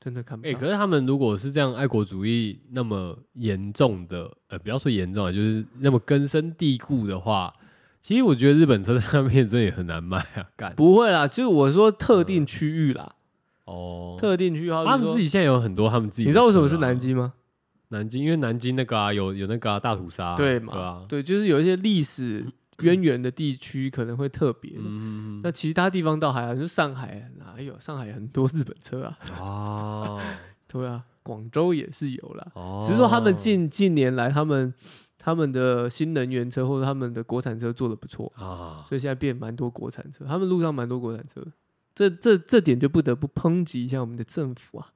[SPEAKER 2] 真的看不
[SPEAKER 1] 哎、
[SPEAKER 2] 到。
[SPEAKER 1] 可是他们如果是这样爱国主义那么严重的，呃，不要说严重啊，就是那么根深蒂固的话，其实我觉得日本车在那边真的也很难卖啊， (laughs) 干
[SPEAKER 2] 不会啦，就是我说特定区域啦，
[SPEAKER 1] 哦，
[SPEAKER 2] 特定区域好比说。
[SPEAKER 1] 他们自己啊现在有很多他们自己、
[SPEAKER 2] 你知道为什么是南？京吗？
[SPEAKER 1] 南京，因为南京那个啊，有有那个、啊、大屠杀啊、
[SPEAKER 2] 对嘛
[SPEAKER 1] 对啊，
[SPEAKER 2] 对，就是有一些历史渊源的地区可能会特别。
[SPEAKER 1] 嗯
[SPEAKER 2] 那其他地方倒还好，就是上海啊哪有？上海很多日本车啊，
[SPEAKER 1] (laughs) 啊，
[SPEAKER 2] 对啊，广州也是有啦。
[SPEAKER 1] 哦，
[SPEAKER 2] 只是说他们近近年来，他们他们的新能源车或者他们的国产车做的不错，
[SPEAKER 1] 啊，
[SPEAKER 2] 所以现在变蛮多国产车，他们路上蛮多国产车，这这这点就不得不抨击一下我们的政府啊，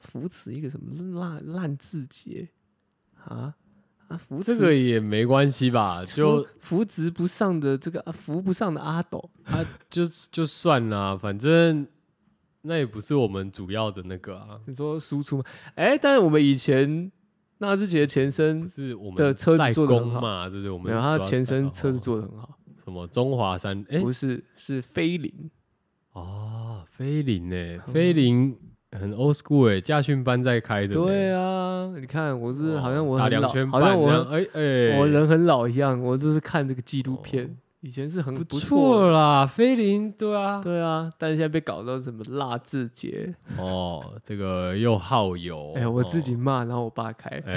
[SPEAKER 2] 扶持一个什么烂烂字节啊啊，扶
[SPEAKER 1] 这
[SPEAKER 2] 持
[SPEAKER 1] 个也没关系
[SPEAKER 2] (laughs)
[SPEAKER 1] 吧，就
[SPEAKER 2] 扶扶植不上的这个、啊、扶不上的阿斗，
[SPEAKER 1] 啊，就就算啦，反正那也不是我们主要的那个啊，
[SPEAKER 2] 你说输出吗？哎，但是我们以前纳智捷的前
[SPEAKER 1] 不
[SPEAKER 2] 身
[SPEAKER 1] 是我们
[SPEAKER 2] 的车子
[SPEAKER 1] 代
[SPEAKER 2] 做得很
[SPEAKER 1] 工
[SPEAKER 2] 好
[SPEAKER 1] 嘛，对不对？我们
[SPEAKER 2] 没有，它
[SPEAKER 1] 主
[SPEAKER 2] 的
[SPEAKER 1] 要
[SPEAKER 2] 前
[SPEAKER 1] 代
[SPEAKER 2] 身
[SPEAKER 1] 工
[SPEAKER 2] 车子做的很好，
[SPEAKER 1] 什么中华山？哎
[SPEAKER 2] 不是是菲林，
[SPEAKER 1] 哦，菲林呢？
[SPEAKER 2] 嗯
[SPEAKER 1] 菲林很 old school 哎，驾训班在开的。
[SPEAKER 2] 对
[SPEAKER 1] 啊，
[SPEAKER 2] 啊，你看我是好像我
[SPEAKER 1] 打
[SPEAKER 2] 很
[SPEAKER 1] 两
[SPEAKER 2] 老，
[SPEAKER 1] 圈
[SPEAKER 2] 好
[SPEAKER 1] 半
[SPEAKER 2] 像我
[SPEAKER 1] 这
[SPEAKER 2] 很
[SPEAKER 1] 样哎哎，
[SPEAKER 2] 我人很老一样，我就是看这个纪录片，
[SPEAKER 1] 哦
[SPEAKER 2] 以前是很
[SPEAKER 1] 不
[SPEAKER 2] 错
[SPEAKER 1] 错啦，菲林对啊
[SPEAKER 2] 的，。对啊，但是现在被搞到什么辣字节，
[SPEAKER 1] 哦，这个又耗油。
[SPEAKER 2] 哎、我
[SPEAKER 1] 哦
[SPEAKER 2] 自己。骂，然后我爸开，
[SPEAKER 1] (laughs) 哎，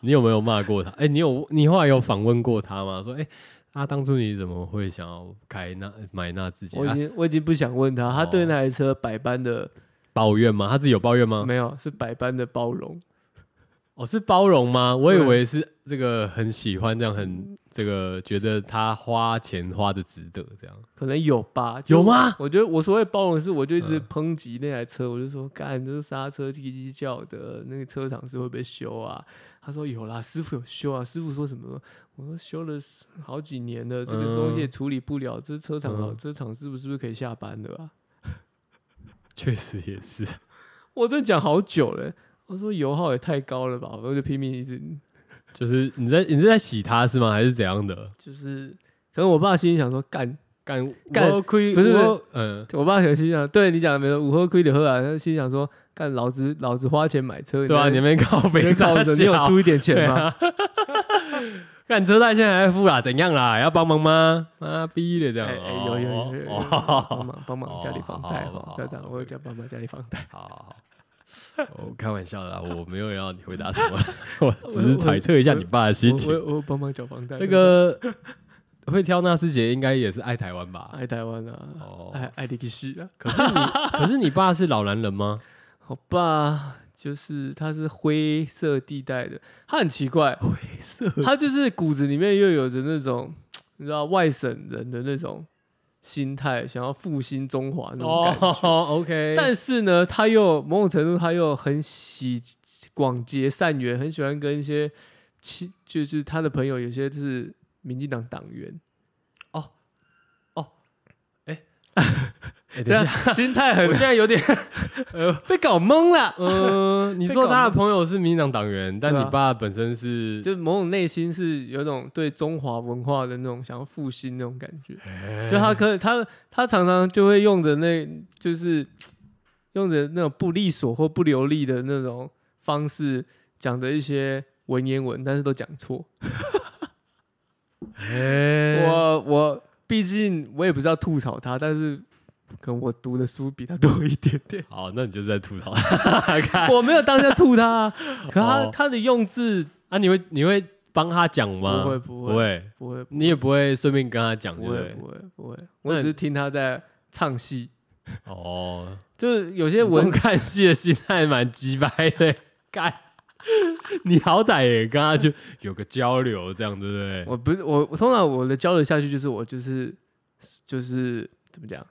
[SPEAKER 1] 你有没有骂过他？哎，你有你后来有访问过他吗？说哎，啊，当初你怎么会想要开那买那自己
[SPEAKER 2] 我已
[SPEAKER 1] 啊？
[SPEAKER 2] 经我已经不想问他，他对
[SPEAKER 1] 哦
[SPEAKER 2] 那台车百般的、
[SPEAKER 1] 抱怨吗？他自己有抱怨吗？
[SPEAKER 2] 没有，是百般的包容。
[SPEAKER 1] 哦，是包容吗？我以
[SPEAKER 2] 对
[SPEAKER 1] 为是这个很喜欢这样很这个觉得他花钱花的值得这样，
[SPEAKER 2] 可能有吧？就
[SPEAKER 1] 有？吗？
[SPEAKER 2] 我觉得我所谓包容是，我就一直
[SPEAKER 1] 嗯
[SPEAKER 2] 抨击那台车，我就说干，这刹车叽叽叫的，那个车厂是会不会修啊？他说有啦，师傅有修啊，师傅说什么？我说修了好几年了，这个东西也处理不了，这车厂老
[SPEAKER 1] 嗯
[SPEAKER 2] 车厂是不是不是可以下班了啊？
[SPEAKER 1] 确实也是，
[SPEAKER 2] 我真的讲好久了、我说油耗也太高了吧，我就拼命一直
[SPEAKER 1] 就是你在你是在洗他是吗？还是怎样的？
[SPEAKER 2] 就是，可能我爸心里想说干
[SPEAKER 1] 干
[SPEAKER 2] 干
[SPEAKER 1] 我亏
[SPEAKER 2] 不是
[SPEAKER 1] 我嗯，
[SPEAKER 2] 我爸可能心想，对你讲的没错，午后亏的喝啊，他心想说，干老子老子花钱买车，
[SPEAKER 1] 对啊，
[SPEAKER 2] 在
[SPEAKER 1] 你们靠
[SPEAKER 2] 你
[SPEAKER 1] 北
[SPEAKER 2] 在靠
[SPEAKER 1] 上
[SPEAKER 2] 着，你有出一点钱吗？
[SPEAKER 1] 对啊？干车贷现在还在付啦，怎样啦？要帮忙吗？妈逼的这样，
[SPEAKER 2] 哎哎有有有有有有帮
[SPEAKER 1] 哦，
[SPEAKER 2] 忙帮忙家里房
[SPEAKER 1] 哦
[SPEAKER 2] 贷
[SPEAKER 1] 好好
[SPEAKER 2] 嘛
[SPEAKER 1] 好，
[SPEAKER 2] 家长我有讲帮忙家里房贷，
[SPEAKER 1] 好好好，我开玩笑的啦，我没有要你回答什么，我只是揣测一下你爸的心
[SPEAKER 2] 我
[SPEAKER 1] 情。
[SPEAKER 2] 我我帮忙缴房贷，
[SPEAKER 1] 这个会挑纳斯姐应该也是爱台湾吧？
[SPEAKER 2] 爱台湾啊，
[SPEAKER 1] 哦，
[SPEAKER 2] 爱爱利息啊，
[SPEAKER 1] 可是你可是你爸是老男人吗？
[SPEAKER 2] 我爸就是他是灰色地带的，他很
[SPEAKER 1] (laughs)
[SPEAKER 2] 奇怪，灰色，他就是骨子里面又有着那种你知道外省人的那种心态，想要复兴中华那种感
[SPEAKER 1] 哦
[SPEAKER 2] 觉。
[SPEAKER 1] ，OK，
[SPEAKER 2] 但是呢，他又某种程度，他又很喜广结善缘，很喜欢跟一些亲，就是他的朋友，有些是民进党党员，
[SPEAKER 1] 哎
[SPEAKER 2] 这
[SPEAKER 1] 等
[SPEAKER 2] 样
[SPEAKER 1] 一下，
[SPEAKER 2] 心态
[SPEAKER 1] 我
[SPEAKER 2] 很
[SPEAKER 1] 现在有点
[SPEAKER 2] 被搞懵了。
[SPEAKER 1] 呃，你说他的朋友是民进党党员，但
[SPEAKER 2] 对
[SPEAKER 1] 你
[SPEAKER 2] 啊
[SPEAKER 1] 爸本身是，
[SPEAKER 2] 就某种内心是有一种对中华文化的那种想要复兴那种感觉，
[SPEAKER 1] 哎
[SPEAKER 2] 就他可他他常常就会用着那就是用着那种不利索或不流利的那种方式讲着一些文言文，但是都讲错。
[SPEAKER 1] 哎，
[SPEAKER 2] 我我毕竟我也不是要吐槽他，但是可能我读的书比他多一点点
[SPEAKER 1] 好，那你就是在吐槽
[SPEAKER 2] (laughs)
[SPEAKER 1] (laughs)
[SPEAKER 2] 我没有当下吐他 (laughs) 啊，可他、
[SPEAKER 1] 哦
[SPEAKER 2] 他的用字
[SPEAKER 1] 啊？你会你会帮他讲吗？
[SPEAKER 2] 不会不会
[SPEAKER 1] 不会，
[SPEAKER 2] 不会不
[SPEAKER 1] 你也不会顺便跟他讲，对不
[SPEAKER 2] 会
[SPEAKER 1] 对
[SPEAKER 2] 不？会不会，
[SPEAKER 1] 那
[SPEAKER 2] 我只
[SPEAKER 1] 你
[SPEAKER 2] 是听他在唱戏，
[SPEAKER 1] 哦，
[SPEAKER 2] 就是有些
[SPEAKER 1] 这文
[SPEAKER 2] 文
[SPEAKER 1] 看戏的心态蛮鸡掰的， (laughs) 干，你好歹也跟他就有个交流，这样对不对？
[SPEAKER 2] 我不是我我通常我的交流下去就是我就是就是怎么讲，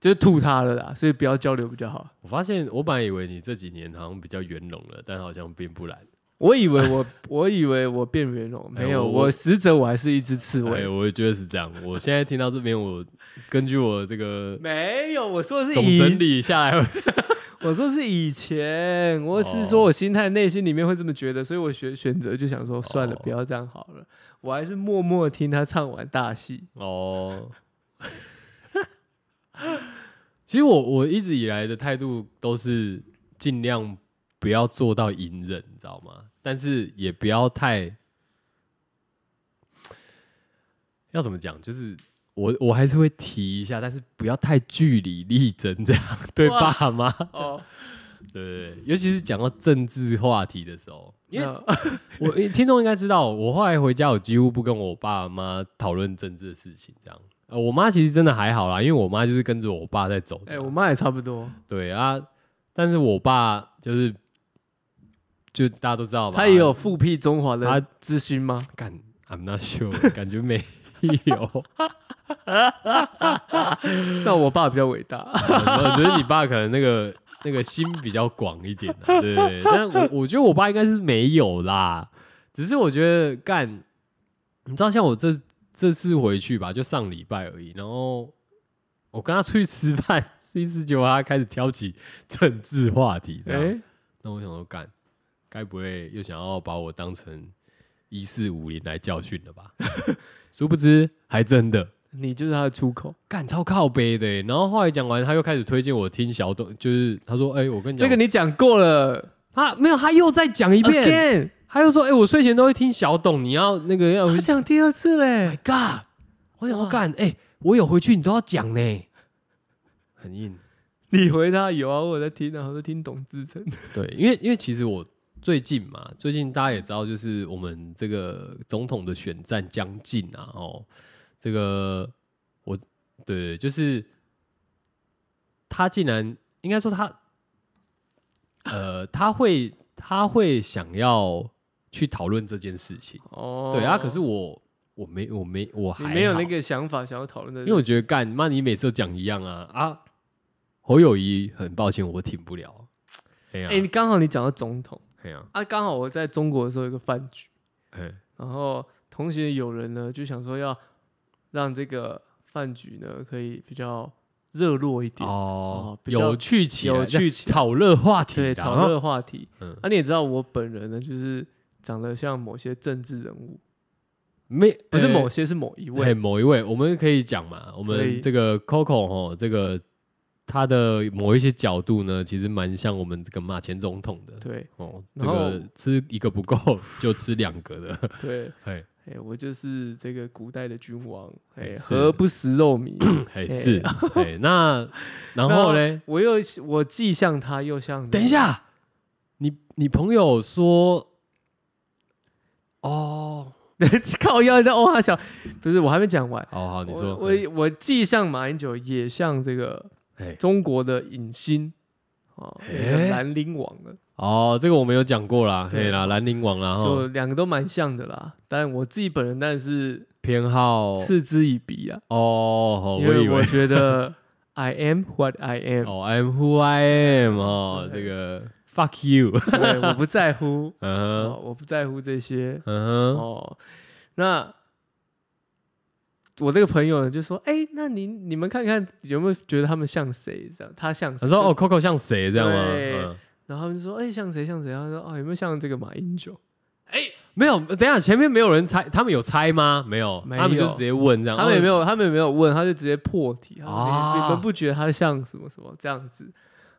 [SPEAKER 2] 就是吐他了啦，所以不要交流比较好。
[SPEAKER 1] 我发现我本来以为你这几年好像比较圆融了，但好像并不然。
[SPEAKER 2] 我以为我，我以为我变圆融，
[SPEAKER 1] 哎
[SPEAKER 2] 没有，
[SPEAKER 1] 我
[SPEAKER 2] 我实则我还是一只刺猬
[SPEAKER 1] 哎，。我也觉得是这样。我现在听到这边，我根据我这个
[SPEAKER 2] 没有，我说的是
[SPEAKER 1] 总
[SPEAKER 2] 以
[SPEAKER 1] 整理下来，
[SPEAKER 2] 我说是以前，我
[SPEAKER 1] 哦
[SPEAKER 2] 是说我心态内心里面会这么觉得，所以我选选择就想说算了，
[SPEAKER 1] 哦
[SPEAKER 2] 不要这样好了，我还是默默听他唱完大戏。
[SPEAKER 1] 哦。 (laughs) 其实我我一直以来的态度都是尽量不要做到隐忍，你知道吗？但是也不要太要怎么讲，就是我我还是会提一下，但是不要太据理力争，这样 (laughs) 对
[SPEAKER 2] 哇
[SPEAKER 1] 爸妈，
[SPEAKER 2] 哦，
[SPEAKER 1] 对对对，尤其是讲到政治话题的时候，因为
[SPEAKER 2] 那 (laughs)
[SPEAKER 1] 我听众应该知道，我后来回家，我几乎不跟我爸妈讨论政治的事情，这样。呃，我妈其实真的还好啦，因为我妈就是跟着我爸在走的。
[SPEAKER 2] 哎，我妈也差不多，
[SPEAKER 1] 对啊，但是我爸就是，就大家都知道吧，
[SPEAKER 2] 她也有复辟中华
[SPEAKER 1] 她
[SPEAKER 2] 的之
[SPEAKER 1] (laughs)
[SPEAKER 2] 心吗？
[SPEAKER 1] 干，I'm not sure，感觉没有。
[SPEAKER 2] 那我爸比较伟大，
[SPEAKER 1] 我觉得你爸可能那个那个心比较广一点、啊，对对对。但我我觉得我爸应该是没有啦，只是我觉得干，你知道，像我这这次回去吧，就上礼拜而已，然后我跟他出去吃饭，吃一吃酒，他开始挑起政治话题，这样。
[SPEAKER 2] (laughs) 哎，
[SPEAKER 1] 那我想说，干，该不会又想要把我当成一四五零来教训了吧？ (laughs) 殊不知，还真的。
[SPEAKER 2] 你就是他的出口。
[SPEAKER 1] 干超靠背的欸，然后后来讲完，他又开始推荐我听小董，就是他说，哎、我跟你
[SPEAKER 2] 这
[SPEAKER 1] 讲，
[SPEAKER 2] 个你讲过了
[SPEAKER 1] 他没有，他又再讲一遍
[SPEAKER 2] ，again，
[SPEAKER 1] 他又说，哎、我睡前都会听小董，你要那个要
[SPEAKER 2] 我
[SPEAKER 1] 回
[SPEAKER 2] 讲第
[SPEAKER 1] (laughs)
[SPEAKER 2] 二次
[SPEAKER 1] My
[SPEAKER 2] 嘞，
[SPEAKER 1] God，我想要
[SPEAKER 2] 哇
[SPEAKER 1] 干，哎、我有回去你都要讲呢，很硬，
[SPEAKER 2] 你回他有啊，我有在听啊，我在听董志成，
[SPEAKER 1] 对，因为因为其实我最近嘛，最近大家也知道，就是我们这个总统的选战将近啊，哦，这个我对，就是他竟然应该说他，呃，他会他会想要去讨论这件事情，
[SPEAKER 2] 哦，
[SPEAKER 1] 对啊，可是我我没我没我
[SPEAKER 2] 你
[SPEAKER 1] 还
[SPEAKER 2] 没有
[SPEAKER 1] 好
[SPEAKER 2] 那个想法想要讨论的，
[SPEAKER 1] 因为我觉得干妈，你每次都讲一样啊啊！侯友谊，很抱歉，我挺不了。哎呀
[SPEAKER 2] 哎、，你刚好你讲到总统
[SPEAKER 1] 哎呀，
[SPEAKER 2] 啊，刚好我在中国的时候有个饭局，
[SPEAKER 1] 哎，
[SPEAKER 2] 然后同行的友人呢就想说要让这个饭局呢可以比较热络一点，
[SPEAKER 1] 哦，
[SPEAKER 2] 比较
[SPEAKER 1] 有趣起来，
[SPEAKER 2] 有趣起来
[SPEAKER 1] 炒热话题啦，
[SPEAKER 2] 对，炒热话题。
[SPEAKER 1] 嗯
[SPEAKER 2] 啊，你也知道我本人呢就是长得像某些政治人物，
[SPEAKER 1] 没
[SPEAKER 2] 不是
[SPEAKER 1] 呃
[SPEAKER 2] 某些是某一
[SPEAKER 1] 嘿
[SPEAKER 2] 位，
[SPEAKER 1] 某一位，我们可以讲嘛，我
[SPEAKER 2] 可以
[SPEAKER 1] 们这个 Coco 哦，这个他的某一些角度呢，其实蛮像我们这个马前总统的
[SPEAKER 2] 对
[SPEAKER 1] 哦，这
[SPEAKER 2] 然后
[SPEAKER 1] 个吃一个不够就吃两个的，
[SPEAKER 2] 对，
[SPEAKER 1] 嘿，
[SPEAKER 2] 哎、我就是这个古代的君王，哎、
[SPEAKER 1] 是
[SPEAKER 2] 何不食肉糜？
[SPEAKER 1] (coughs) 嘿是，嘿
[SPEAKER 2] (laughs)
[SPEAKER 1] 那然后嘞，
[SPEAKER 2] 我又我既像他又像你
[SPEAKER 1] 等一，下，你你朋友说，哦，
[SPEAKER 2] (laughs) 靠腰在哦他小，不是我还没讲完。
[SPEAKER 1] 好好，你说，嗯
[SPEAKER 2] 我我我既像马英九，也像这个
[SPEAKER 1] 哎，
[SPEAKER 2] 中国的影星哦，
[SPEAKER 1] 哎
[SPEAKER 2] 那个兰陵王了，
[SPEAKER 1] 哦，这个我们有讲过啦，
[SPEAKER 2] 对
[SPEAKER 1] 嘿啦，兰陵王啦，
[SPEAKER 2] 就
[SPEAKER 1] 哈，
[SPEAKER 2] 两个都蛮像的啦。但我自己本人当然是
[SPEAKER 1] 偏好，
[SPEAKER 2] 嗤之以鼻啊，
[SPEAKER 1] 哦，好
[SPEAKER 2] 因
[SPEAKER 1] 我以
[SPEAKER 2] 为我 (laughs)
[SPEAKER 1] 为，
[SPEAKER 2] 觉
[SPEAKER 1] (laughs)
[SPEAKER 2] 得 I am what I am，
[SPEAKER 1] 哦，I'm who I am，哦，
[SPEAKER 2] 嗯对
[SPEAKER 1] 这个 fuck you， (laughs)
[SPEAKER 2] 对，我不在乎，
[SPEAKER 1] 嗯
[SPEAKER 2] 哦
[SPEAKER 1] 哼，
[SPEAKER 2] 我不在乎这些
[SPEAKER 1] 嗯哼，
[SPEAKER 2] 哦。那我这个朋友呢就说：“哎，那你你们看看有没有觉得他们像谁？这样他像
[SPEAKER 1] 他？”
[SPEAKER 2] 谁
[SPEAKER 1] 说哦，Coco 像谁这样吗？
[SPEAKER 2] 对
[SPEAKER 1] 嗯
[SPEAKER 2] 然后他们就说：“哎、像谁像谁？”他说：“哦，有没有像这个马英九
[SPEAKER 1] 没有，等一下前面没有人猜，他们有猜吗？没有，
[SPEAKER 2] 没有
[SPEAKER 1] 他们就直接问这？”样，
[SPEAKER 2] 他们也
[SPEAKER 1] 哦
[SPEAKER 2] 没有，他们也没有问，他就直接破题。他说
[SPEAKER 1] 啊
[SPEAKER 2] 你你们不觉得他像什么什么这样子？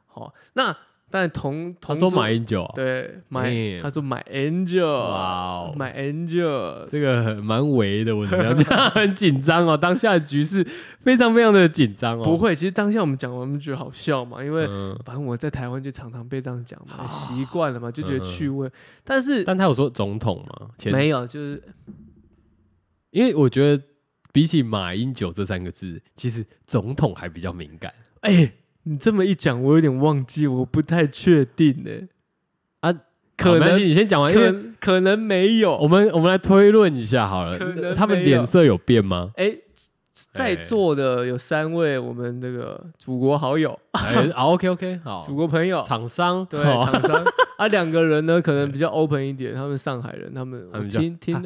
[SPEAKER 2] 好、那但同
[SPEAKER 1] 他
[SPEAKER 2] 同
[SPEAKER 1] 说
[SPEAKER 2] 桌
[SPEAKER 1] 马英九，
[SPEAKER 2] 对买
[SPEAKER 1] Damn
[SPEAKER 2] 他说买 angel，
[SPEAKER 1] 哇哦
[SPEAKER 2] 买 angel，
[SPEAKER 1] 这个很蛮围的，我这样讲 (laughs) 很紧张哦，当下的局势非常非常的紧张哦。
[SPEAKER 2] 不会。其实当下我们讲完，我们觉得好笑嘛，因为
[SPEAKER 1] 嗯，啊
[SPEAKER 2] 反正我在台湾就常常被这样讲嘛，习惯了嘛，就觉得趣味。但是
[SPEAKER 1] 嗯但他有说总统嘛？前，
[SPEAKER 2] 没有，就是
[SPEAKER 1] 因为我觉得比起马英九这三个字，其实总统还比较敏感
[SPEAKER 2] 哎、你这么一讲，我有点忘记，我不太确定呢、
[SPEAKER 1] 啊。
[SPEAKER 2] 可
[SPEAKER 1] 好没关系
[SPEAKER 2] 能
[SPEAKER 1] 你先讲完，因
[SPEAKER 2] 可
[SPEAKER 1] 为
[SPEAKER 2] 能可能没有。
[SPEAKER 1] 我们我们来推论一下好
[SPEAKER 2] 可能没
[SPEAKER 1] 了。
[SPEAKER 2] 有
[SPEAKER 1] 他们脸色有变
[SPEAKER 2] (laughs)
[SPEAKER 1] 吗？
[SPEAKER 2] 哎、在座的有三位我们这个祖国好友、
[SPEAKER 1] 哎，好，OK OK，好，
[SPEAKER 2] 祖国朋友，
[SPEAKER 1] 厂商
[SPEAKER 2] 对
[SPEAKER 1] 好
[SPEAKER 2] 厂商啊，两个人呢可能比较 open 一点，他们上海人，他们
[SPEAKER 1] 哎他
[SPEAKER 2] 我
[SPEAKER 1] 们就
[SPEAKER 2] 听听，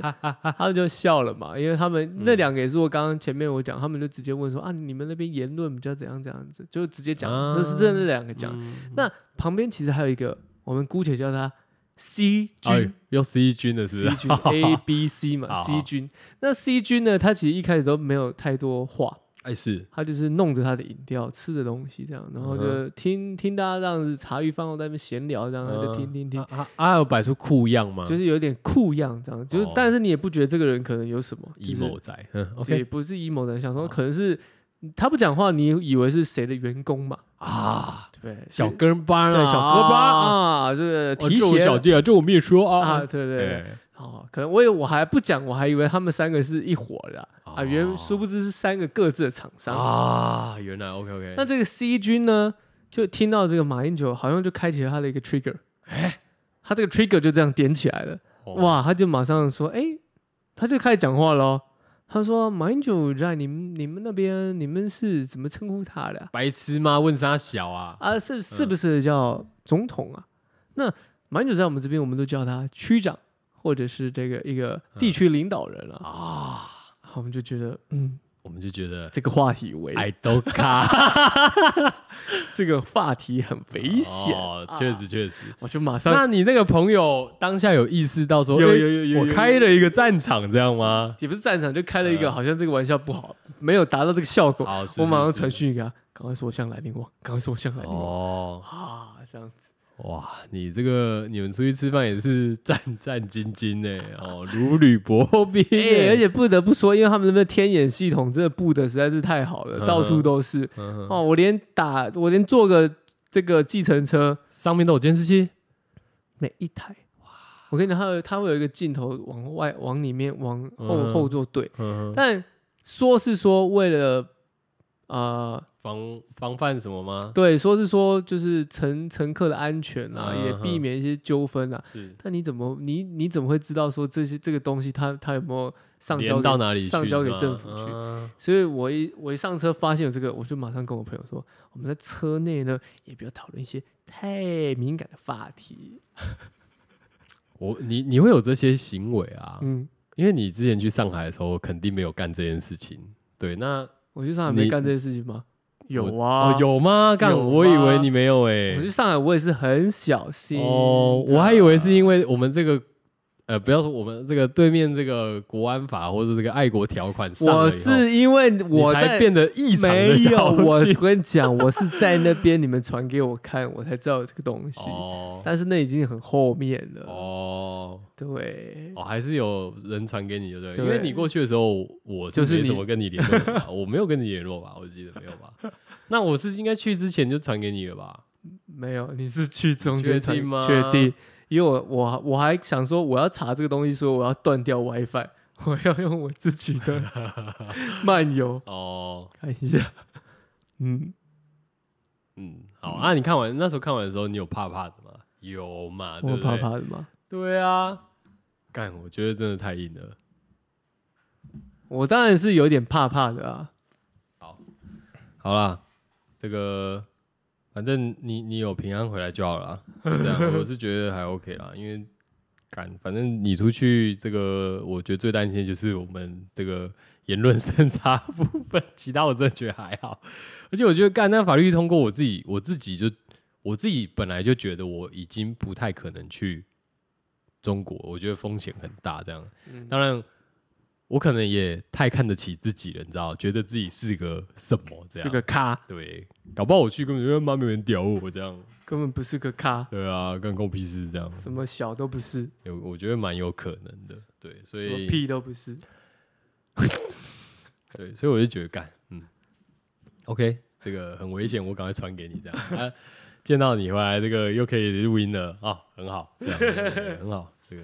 [SPEAKER 2] 他们就笑了嘛，因为他
[SPEAKER 1] 嗯
[SPEAKER 2] 们那两个也是我刚刚前面我讲，他们就直接问说啊，你们那边言论比较怎样怎样子，就直接讲，
[SPEAKER 1] 啊
[SPEAKER 2] 这是真的那两个讲。
[SPEAKER 1] 嗯
[SPEAKER 2] 那旁边其实还有一个，我们姑且叫他 C 君。
[SPEAKER 1] 哎又 C 军的是
[SPEAKER 2] C
[SPEAKER 1] 不是啊
[SPEAKER 2] 君 A B C 嘛
[SPEAKER 1] (laughs) 好
[SPEAKER 2] ，C 君。那 C 君呢？他其实一开始都没有太多话，
[SPEAKER 1] 哎是
[SPEAKER 2] 他就是弄着他的饮料，吃着东西这样，然后就
[SPEAKER 1] 嗯
[SPEAKER 2] 听听大家这样子茶余饭后在那边闲聊，这样他
[SPEAKER 1] 嗯
[SPEAKER 2] 就听听听，
[SPEAKER 1] 啊啊啊有摆出酷样吗？
[SPEAKER 2] 就是有点酷样这样，就是
[SPEAKER 1] 哦
[SPEAKER 2] 但是你也不觉得这个人可能有什么就是
[SPEAKER 1] emo 仔，嗯，OK
[SPEAKER 2] 也不是 emo 的，想说
[SPEAKER 1] 哦
[SPEAKER 2] 可能是他不讲话，你以为是谁的员工嘛？
[SPEAKER 1] 啊，
[SPEAKER 2] 对，
[SPEAKER 1] 小
[SPEAKER 2] 对
[SPEAKER 1] 跟班啊，
[SPEAKER 2] 对小哥吧，啊，就是
[SPEAKER 1] 哦
[SPEAKER 2] 提
[SPEAKER 1] 这我
[SPEAKER 2] 鞋
[SPEAKER 1] 小弟啊，这我们也说
[SPEAKER 2] 啊，
[SPEAKER 1] 啊
[SPEAKER 2] 对，对对。
[SPEAKER 1] 哎
[SPEAKER 2] 哦，可能我也我还不讲，我还以为他们三个是一伙的啊，啊原
[SPEAKER 1] 哦
[SPEAKER 2] 殊不知是三个各自的厂商。
[SPEAKER 1] 啊，原来 OK OK，
[SPEAKER 2] 那这个 C 君呢，就听到这个马英九好像就开启了他的一个 trigger，他
[SPEAKER 1] 哎
[SPEAKER 2] 这个 trigger 就这样点起来了，
[SPEAKER 1] 哦
[SPEAKER 2] 哇，他就马上说，哎、他就开始讲话喽。他说：“马英九在你们你们那边，你们是怎么称呼他的啊？
[SPEAKER 1] 白痴吗？问啥小啊？
[SPEAKER 2] 啊是是不是叫总统啊？那马英九在我们这边，我们都叫他区长，或者是这个一个地区领导人啊。
[SPEAKER 1] 嗯啊，
[SPEAKER 2] 好，我们就觉得，嗯，
[SPEAKER 1] 我们就觉得
[SPEAKER 2] 这个话题危，
[SPEAKER 1] I don't care，
[SPEAKER 2] 这个话题很 (laughs) 危险，
[SPEAKER 1] 哦
[SPEAKER 2] 啊
[SPEAKER 1] 确实确实。
[SPEAKER 2] 我就马上
[SPEAKER 1] 那你那个朋友当下有意识到说，
[SPEAKER 2] 有
[SPEAKER 1] 哎
[SPEAKER 2] 有有有
[SPEAKER 1] 我
[SPEAKER 2] 有
[SPEAKER 1] 开了一个战场这样吗？
[SPEAKER 2] 也不是战场，就开了一个
[SPEAKER 1] 呃
[SPEAKER 2] 好像这个玩笑不好，没有达到这个效果，
[SPEAKER 1] 好，是
[SPEAKER 2] 我马上
[SPEAKER 1] 是是
[SPEAKER 2] 传讯给他，赶快说像来宾王，赶快说像来宾王
[SPEAKER 1] 哦，
[SPEAKER 2] 啊，这样子，
[SPEAKER 1] 哇，你这个你们出去吃饭也是战战兢兢呢，哦，如履薄冰
[SPEAKER 2] (laughs) 哎、
[SPEAKER 1] 欸，
[SPEAKER 2] 而且不得不说，因为他们那边天眼系统真的布的实在是太好了，
[SPEAKER 1] 嗯哼
[SPEAKER 2] 到处都是
[SPEAKER 1] 嗯哼
[SPEAKER 2] 哦，我连打我连坐个这个计程车，
[SPEAKER 1] 上面都有监视器，
[SPEAKER 2] 每一台。我跟你讲，它有它会有一个镜头往外、往里面、往后
[SPEAKER 1] 嗯
[SPEAKER 2] 后座对，
[SPEAKER 1] 嗯哼，
[SPEAKER 2] 但说是说为了呃，
[SPEAKER 1] 防防范什么吗？
[SPEAKER 2] 对，说是说就是乘乘客的安全啊，
[SPEAKER 1] 嗯
[SPEAKER 2] 也避免一些纠纷啊。
[SPEAKER 1] 是
[SPEAKER 2] 但你怎么你你怎么会知道说这些这个东西它它有没有上交
[SPEAKER 1] 连
[SPEAKER 2] 给
[SPEAKER 1] 到哪里去？
[SPEAKER 2] 上交给
[SPEAKER 1] 是吧
[SPEAKER 2] 政府去？
[SPEAKER 1] 啊
[SPEAKER 2] 所以我一我一上车发现有这个，我就马上跟我朋友说，我们在车内呢也不要讨论一些太敏感的话题。
[SPEAKER 1] 我你你会有这些行为啊？
[SPEAKER 2] 嗯，
[SPEAKER 1] 因为你之前去上海的时候，肯定没有干这件事情。对，那
[SPEAKER 2] 我去上海没
[SPEAKER 1] 你
[SPEAKER 2] 干这件事情吗？有
[SPEAKER 1] 我
[SPEAKER 2] 啊，
[SPEAKER 1] 哦。有吗？干，
[SPEAKER 2] 有吗
[SPEAKER 1] 我以为你没有诶、
[SPEAKER 2] 我去上海我也是很小心的。
[SPEAKER 1] 哦，我还以为是因为我们这个，呃，不要说我们这个对面这个国安法或者这个爱国条款上
[SPEAKER 2] 我
[SPEAKER 1] 了以后，
[SPEAKER 2] 是因为
[SPEAKER 1] 你
[SPEAKER 2] 我
[SPEAKER 1] 才
[SPEAKER 2] 在
[SPEAKER 1] 变得异常
[SPEAKER 2] 没
[SPEAKER 1] 的
[SPEAKER 2] 有，
[SPEAKER 1] 小
[SPEAKER 2] 我
[SPEAKER 1] 心。
[SPEAKER 2] 跟你讲，我是在那边你们传给我看，我才知道有这个东西。
[SPEAKER 1] 哦
[SPEAKER 2] 但是那已经很后面了，
[SPEAKER 1] 哦
[SPEAKER 2] 对，
[SPEAKER 1] 哦，还是有人传给你，对不对？
[SPEAKER 2] 对
[SPEAKER 1] 因为你过去的时候，我
[SPEAKER 2] 就是是
[SPEAKER 1] 没
[SPEAKER 2] 你
[SPEAKER 1] 怎么跟你联络的吧，我没有跟你联络吧？我记得没有吧？那我是应该去之前就传给你了吧？
[SPEAKER 2] 没有，你是去中间传
[SPEAKER 1] 确定吗
[SPEAKER 2] 确定，因为我我我还想说我要查这个东西，所以我要断掉 WiFi，我要用我自己
[SPEAKER 1] (laughs)
[SPEAKER 2] 的漫游
[SPEAKER 1] 哦，
[SPEAKER 2] 看一下，嗯，
[SPEAKER 1] 嗯，好啊，你看完那时候看完的时候，你有怕怕的吗？有嘛，啊对
[SPEAKER 2] 我
[SPEAKER 1] 不对？
[SPEAKER 2] 怕怕的嘛。
[SPEAKER 1] 对啊，干，我觉得真的太硬了。
[SPEAKER 2] 我当然是有点怕怕的啊，
[SPEAKER 1] 好啦，这个反正你你有平安回来就好了啦，这
[SPEAKER 2] (laughs)
[SPEAKER 1] 样我是觉得还 OK 啦，因为干，反正你出去这个，我觉得最担心的就是我们这个言论审查部分，其他我真的觉得还好，而且我觉得干那法律通过，我自己我自己就我自己本来就觉得我已经不太可能去中国，我觉得风险很大，这样，
[SPEAKER 2] 嗯
[SPEAKER 1] 当然。我可能也太看得起自己了，你知道，觉得自己是个什么这样，
[SPEAKER 2] 是个咖，
[SPEAKER 1] 对，搞不好我去根本就妈没有人屌我这样。
[SPEAKER 2] 根本不是个咖，
[SPEAKER 1] 对啊，跟狗屁事这样，
[SPEAKER 2] 什么小都不是，
[SPEAKER 1] 有我觉得蛮有可能的。对，所
[SPEAKER 2] 什么
[SPEAKER 1] 以
[SPEAKER 2] 屁都不是。
[SPEAKER 1] 对，所以我就觉得干，嗯，OK，这个很危险，我赶快传给你这样。啊，见到你回来，这个又可以录音了啊、很好，这样对对对很好。
[SPEAKER 2] (laughs)
[SPEAKER 1] 这个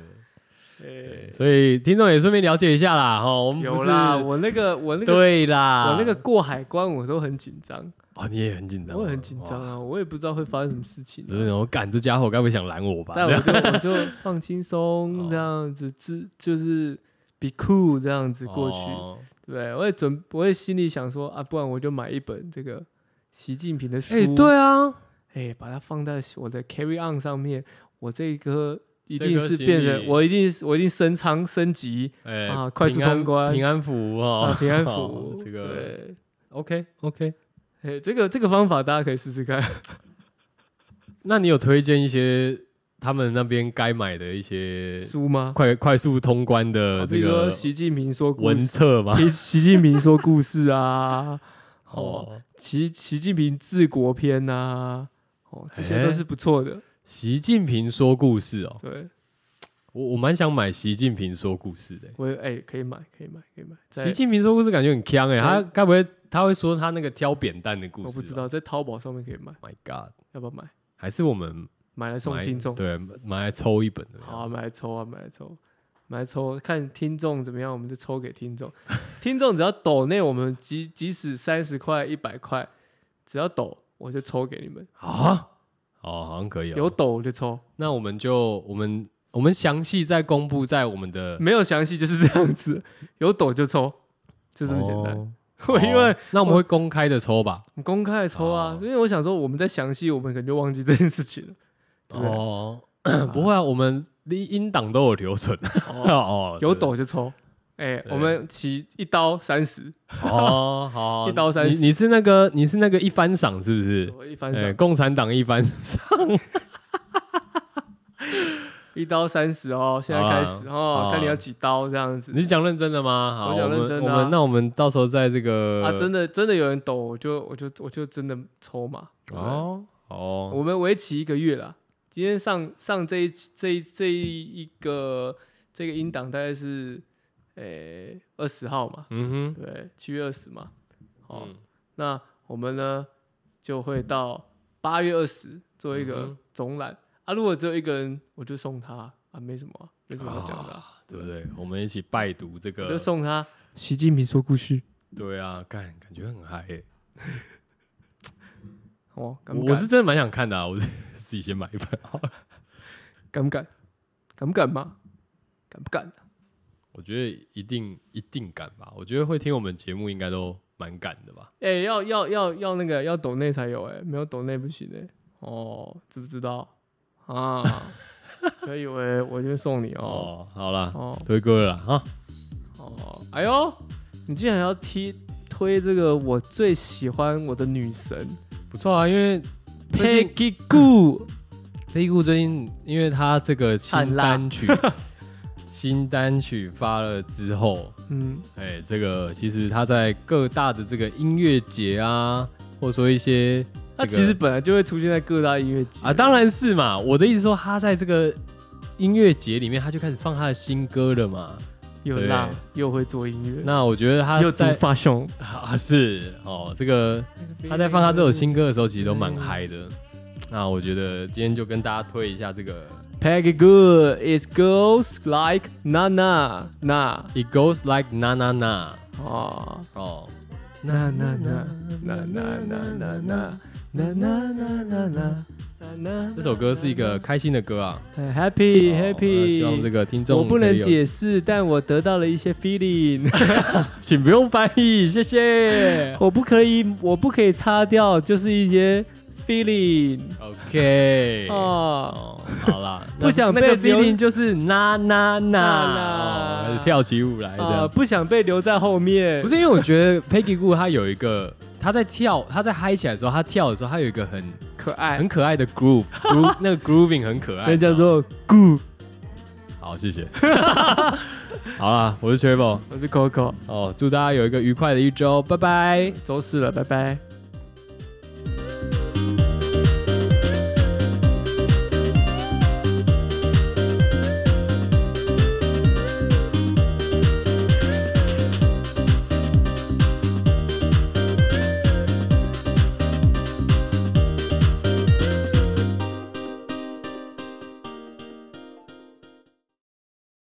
[SPEAKER 1] 对，所以听众也顺便了解一下啦，哈，我们不
[SPEAKER 2] 哎有
[SPEAKER 1] 是
[SPEAKER 2] 啦，我那个我那个
[SPEAKER 1] 对啦，
[SPEAKER 2] 我那个过海关我都很紧张，
[SPEAKER 1] 哦，你也很紧张啊，
[SPEAKER 2] 我也很紧张啊，我也不知道会发生什么事情啊
[SPEAKER 1] 哇，所以我干这家伙该不会想拦我吧？
[SPEAKER 2] 但我就我就放轻
[SPEAKER 1] (laughs) 哦
[SPEAKER 2] 松这样子，自就是 be cool 这样子过去。
[SPEAKER 1] 哦
[SPEAKER 2] 对，我也准，我也心里想说啊，不然我就买一本这个习近平的书，
[SPEAKER 1] 哎，对啊，
[SPEAKER 2] 哎，把它放在我的 carry on 上面，我这一颗一
[SPEAKER 1] 这
[SPEAKER 2] 定
[SPEAKER 1] 颗
[SPEAKER 2] 是
[SPEAKER 1] 行
[SPEAKER 2] 变
[SPEAKER 1] 李
[SPEAKER 2] 成我一定是我一定升舱升级
[SPEAKER 1] 哎、
[SPEAKER 2] 啊快速
[SPEAKER 1] 平安
[SPEAKER 2] 通关
[SPEAKER 1] 平安符哦
[SPEAKER 2] 啊，，平安
[SPEAKER 1] 哦 (laughs)
[SPEAKER 2] 符，
[SPEAKER 1] 这个
[SPEAKER 2] 对
[SPEAKER 1] OK OK。
[SPEAKER 2] 哎，这个这个方法大家可以试试看。
[SPEAKER 1] 那你有推荐一些他们那边该买的一些
[SPEAKER 2] 书吗？
[SPEAKER 1] 快快速通关
[SPEAKER 2] 啊
[SPEAKER 1] 的这
[SPEAKER 2] 比如说
[SPEAKER 1] 个
[SPEAKER 2] 习近平说故
[SPEAKER 1] 文
[SPEAKER 2] 事，
[SPEAKER 1] 册吗？
[SPEAKER 2] 习习近平说故
[SPEAKER 1] (laughs)
[SPEAKER 2] 事啊， (laughs) 哦，
[SPEAKER 1] 哦，
[SPEAKER 2] 习习近平治国篇啊，哦，这些
[SPEAKER 1] 哎
[SPEAKER 2] 都是不错的。
[SPEAKER 1] 习近平说故事哦，
[SPEAKER 2] 对，
[SPEAKER 1] 我我蛮想买习近平说故事的、
[SPEAKER 2] 我也哎可以买，可以买，可以买。在
[SPEAKER 1] 习近平说故事感觉很强哎、
[SPEAKER 2] 在
[SPEAKER 1] 他该不会他会说他那个挑扁担的故事？哦 Oh
[SPEAKER 2] 我不知。道，在淘宝上面可以买，
[SPEAKER 1] My God，
[SPEAKER 2] 要不要买？
[SPEAKER 1] 还是我们
[SPEAKER 2] 买来送
[SPEAKER 1] 买
[SPEAKER 2] 听众，
[SPEAKER 1] 对，买来抽一本的。
[SPEAKER 2] 好啊，买来抽啊，买来抽，买来抽，看听众怎么样，我们就抽给听众。听众只要抖内，我们即即使三十块、一百块，只要抖我就抽给你们，
[SPEAKER 1] 啊，哦，好像可以哦。
[SPEAKER 2] 有抖我就抽，
[SPEAKER 1] 那我们就我们我们详细再公布在我们的
[SPEAKER 2] 没有详细就是这样子，有抖就抽，就这么简单。
[SPEAKER 1] 哦
[SPEAKER 2] 我 (laughs) 因为
[SPEAKER 1] 哦那我们会公开的抽吧？
[SPEAKER 2] 我们公开的抽
[SPEAKER 1] 哦，
[SPEAKER 2] 啊因为我想说我们在详细，我们可能就忘记这件事情了。对不
[SPEAKER 1] (laughs)
[SPEAKER 2] 对
[SPEAKER 1] 哦，不会啊，我们音档都有留存 (laughs) 哦，
[SPEAKER 2] 有抖就抽，哎，
[SPEAKER 1] 对
[SPEAKER 2] 我们起一刀三十，
[SPEAKER 1] 对哦，好，
[SPEAKER 2] (laughs) 一刀三
[SPEAKER 1] 你
[SPEAKER 2] 十
[SPEAKER 1] 你是那个你是那个一番赏是不是？
[SPEAKER 2] 我一翻
[SPEAKER 1] 哎，
[SPEAKER 2] 手
[SPEAKER 1] 共产党一番赏，
[SPEAKER 2] 一刀三十哦，现在开始
[SPEAKER 1] 好
[SPEAKER 2] 哦
[SPEAKER 1] 啊，
[SPEAKER 2] 看你要几刀这样子
[SPEAKER 1] 你。是讲认真的吗？好，
[SPEAKER 2] 我讲
[SPEAKER 1] 们
[SPEAKER 2] 认真的
[SPEAKER 1] 我
[SPEAKER 2] 啊
[SPEAKER 1] 们那我们到时候在这个
[SPEAKER 2] 啊，真的真的有人抖，我就我就我就真的抽嘛。哦，
[SPEAKER 1] 哦哦，
[SPEAKER 2] 我们为期一个月啦。今天上上这一期这一这一个这个音档大概是，诶二十号嘛，
[SPEAKER 1] 嗯
[SPEAKER 2] 对，七月二十嘛。
[SPEAKER 1] 哼
[SPEAKER 2] 哦，
[SPEAKER 1] 嗯，
[SPEAKER 2] 那我们呢就会到八月二十做一
[SPEAKER 1] 嗯
[SPEAKER 2] 个
[SPEAKER 1] 哼
[SPEAKER 2] 总览、啊，如果只有一个人，我就送他啊，没什么啊、没什么好讲的啊、
[SPEAKER 1] 对不对？我们一起拜读这
[SPEAKER 2] 我
[SPEAKER 1] 个
[SPEAKER 2] 就，送他。习近平说故事，
[SPEAKER 1] 对啊，干感觉很嗨、欸，
[SPEAKER 2] 哦，敢不
[SPEAKER 1] 我
[SPEAKER 2] 敢？
[SPEAKER 1] 是真的蛮想看的、啊，我是 (laughs) 自己先买一本 (laughs) 好了。
[SPEAKER 2] 敢不敢？敢不敢吗？敢啊不敢？
[SPEAKER 1] 我觉得一定一定敢吧，我觉得会听我们节目应该都蛮敢的吧。
[SPEAKER 2] 哎、要要要要那个要抖内才有哎、没有抖内不行哎、哦，知不知道
[SPEAKER 1] (laughs)
[SPEAKER 2] 啊？可以喂、我就送你哦
[SPEAKER 1] 哦，好啦，
[SPEAKER 2] 哦
[SPEAKER 1] 推歌了啦哈，
[SPEAKER 2] 哦，哎呦，你竟然要踢推这个我最喜欢我的女神
[SPEAKER 1] 不错啊，因为最近
[SPEAKER 2] Peggy Goo，
[SPEAKER 1] 飞顾最近，因为他这个新
[SPEAKER 2] 很辣
[SPEAKER 1] 单曲 (laughs)
[SPEAKER 2] (laughs)
[SPEAKER 1] 新单曲发了之后，
[SPEAKER 2] 嗯，
[SPEAKER 1] 哎，这个其实他在各大的这个音乐节啊，或者说一些、这
[SPEAKER 2] 她
[SPEAKER 1] 个，
[SPEAKER 2] 其实本来就会出现在各大音乐节
[SPEAKER 1] 啊，当然是嘛，我的意思说他在这个音乐节里面，他就开始放他的新歌了嘛。
[SPEAKER 2] 又辣又会做音乐，
[SPEAKER 1] 那我觉得他
[SPEAKER 2] 又读
[SPEAKER 1] 在
[SPEAKER 2] 发胸，
[SPEAKER 1] (laughs) 啊是哦，这个他在放他这首新歌的时候，其实都蛮嗨的。那我觉得今天就跟大家推一下这个
[SPEAKER 2] Peggy Goo is girls like Nana Na
[SPEAKER 1] 《It Goes Like Na Na Na》
[SPEAKER 2] 哦。
[SPEAKER 1] 哦，
[SPEAKER 2] na na na na na na na na na na na na na na
[SPEAKER 1] 这首歌是一个开心的歌啊
[SPEAKER 2] happy
[SPEAKER 1] 哦那希望这
[SPEAKER 2] happy，
[SPEAKER 1] 个听众
[SPEAKER 2] 我不能
[SPEAKER 1] 可以有，
[SPEAKER 2] 解释，但我得到了一些 feeling， (laughs)。
[SPEAKER 1] 请不用翻译，谢谢
[SPEAKER 2] 我不可以，我不可以擦掉，就是一些 feeling
[SPEAKER 1] OK，
[SPEAKER 2] (laughs) 哦。
[SPEAKER 1] 哦，好啦，那
[SPEAKER 2] 不想
[SPEAKER 1] 那个
[SPEAKER 2] 被留
[SPEAKER 1] feeling 就是那那
[SPEAKER 2] (laughs)
[SPEAKER 1] 那，
[SPEAKER 2] 啦啦
[SPEAKER 1] 哦还是跳起舞来
[SPEAKER 2] 啊，
[SPEAKER 1] 的。
[SPEAKER 2] 不想被留在后面
[SPEAKER 1] 不。是因为我觉得 Peggy Gu 她有一个，她在跳，她在嗨起来的时候，她跳的时候，她有一个很
[SPEAKER 2] 可爱
[SPEAKER 1] 很，可爱的 groove，groove 那个 grooving 很可爱。
[SPEAKER 2] 人家
[SPEAKER 1] 你知道吗
[SPEAKER 2] 说 good，
[SPEAKER 1] 好，谢谢。好啦，我是 Travel，
[SPEAKER 2] 我是 Coco，
[SPEAKER 1] 哦，祝大家有一个愉快的一周，拜拜。
[SPEAKER 2] 周四了，拜拜。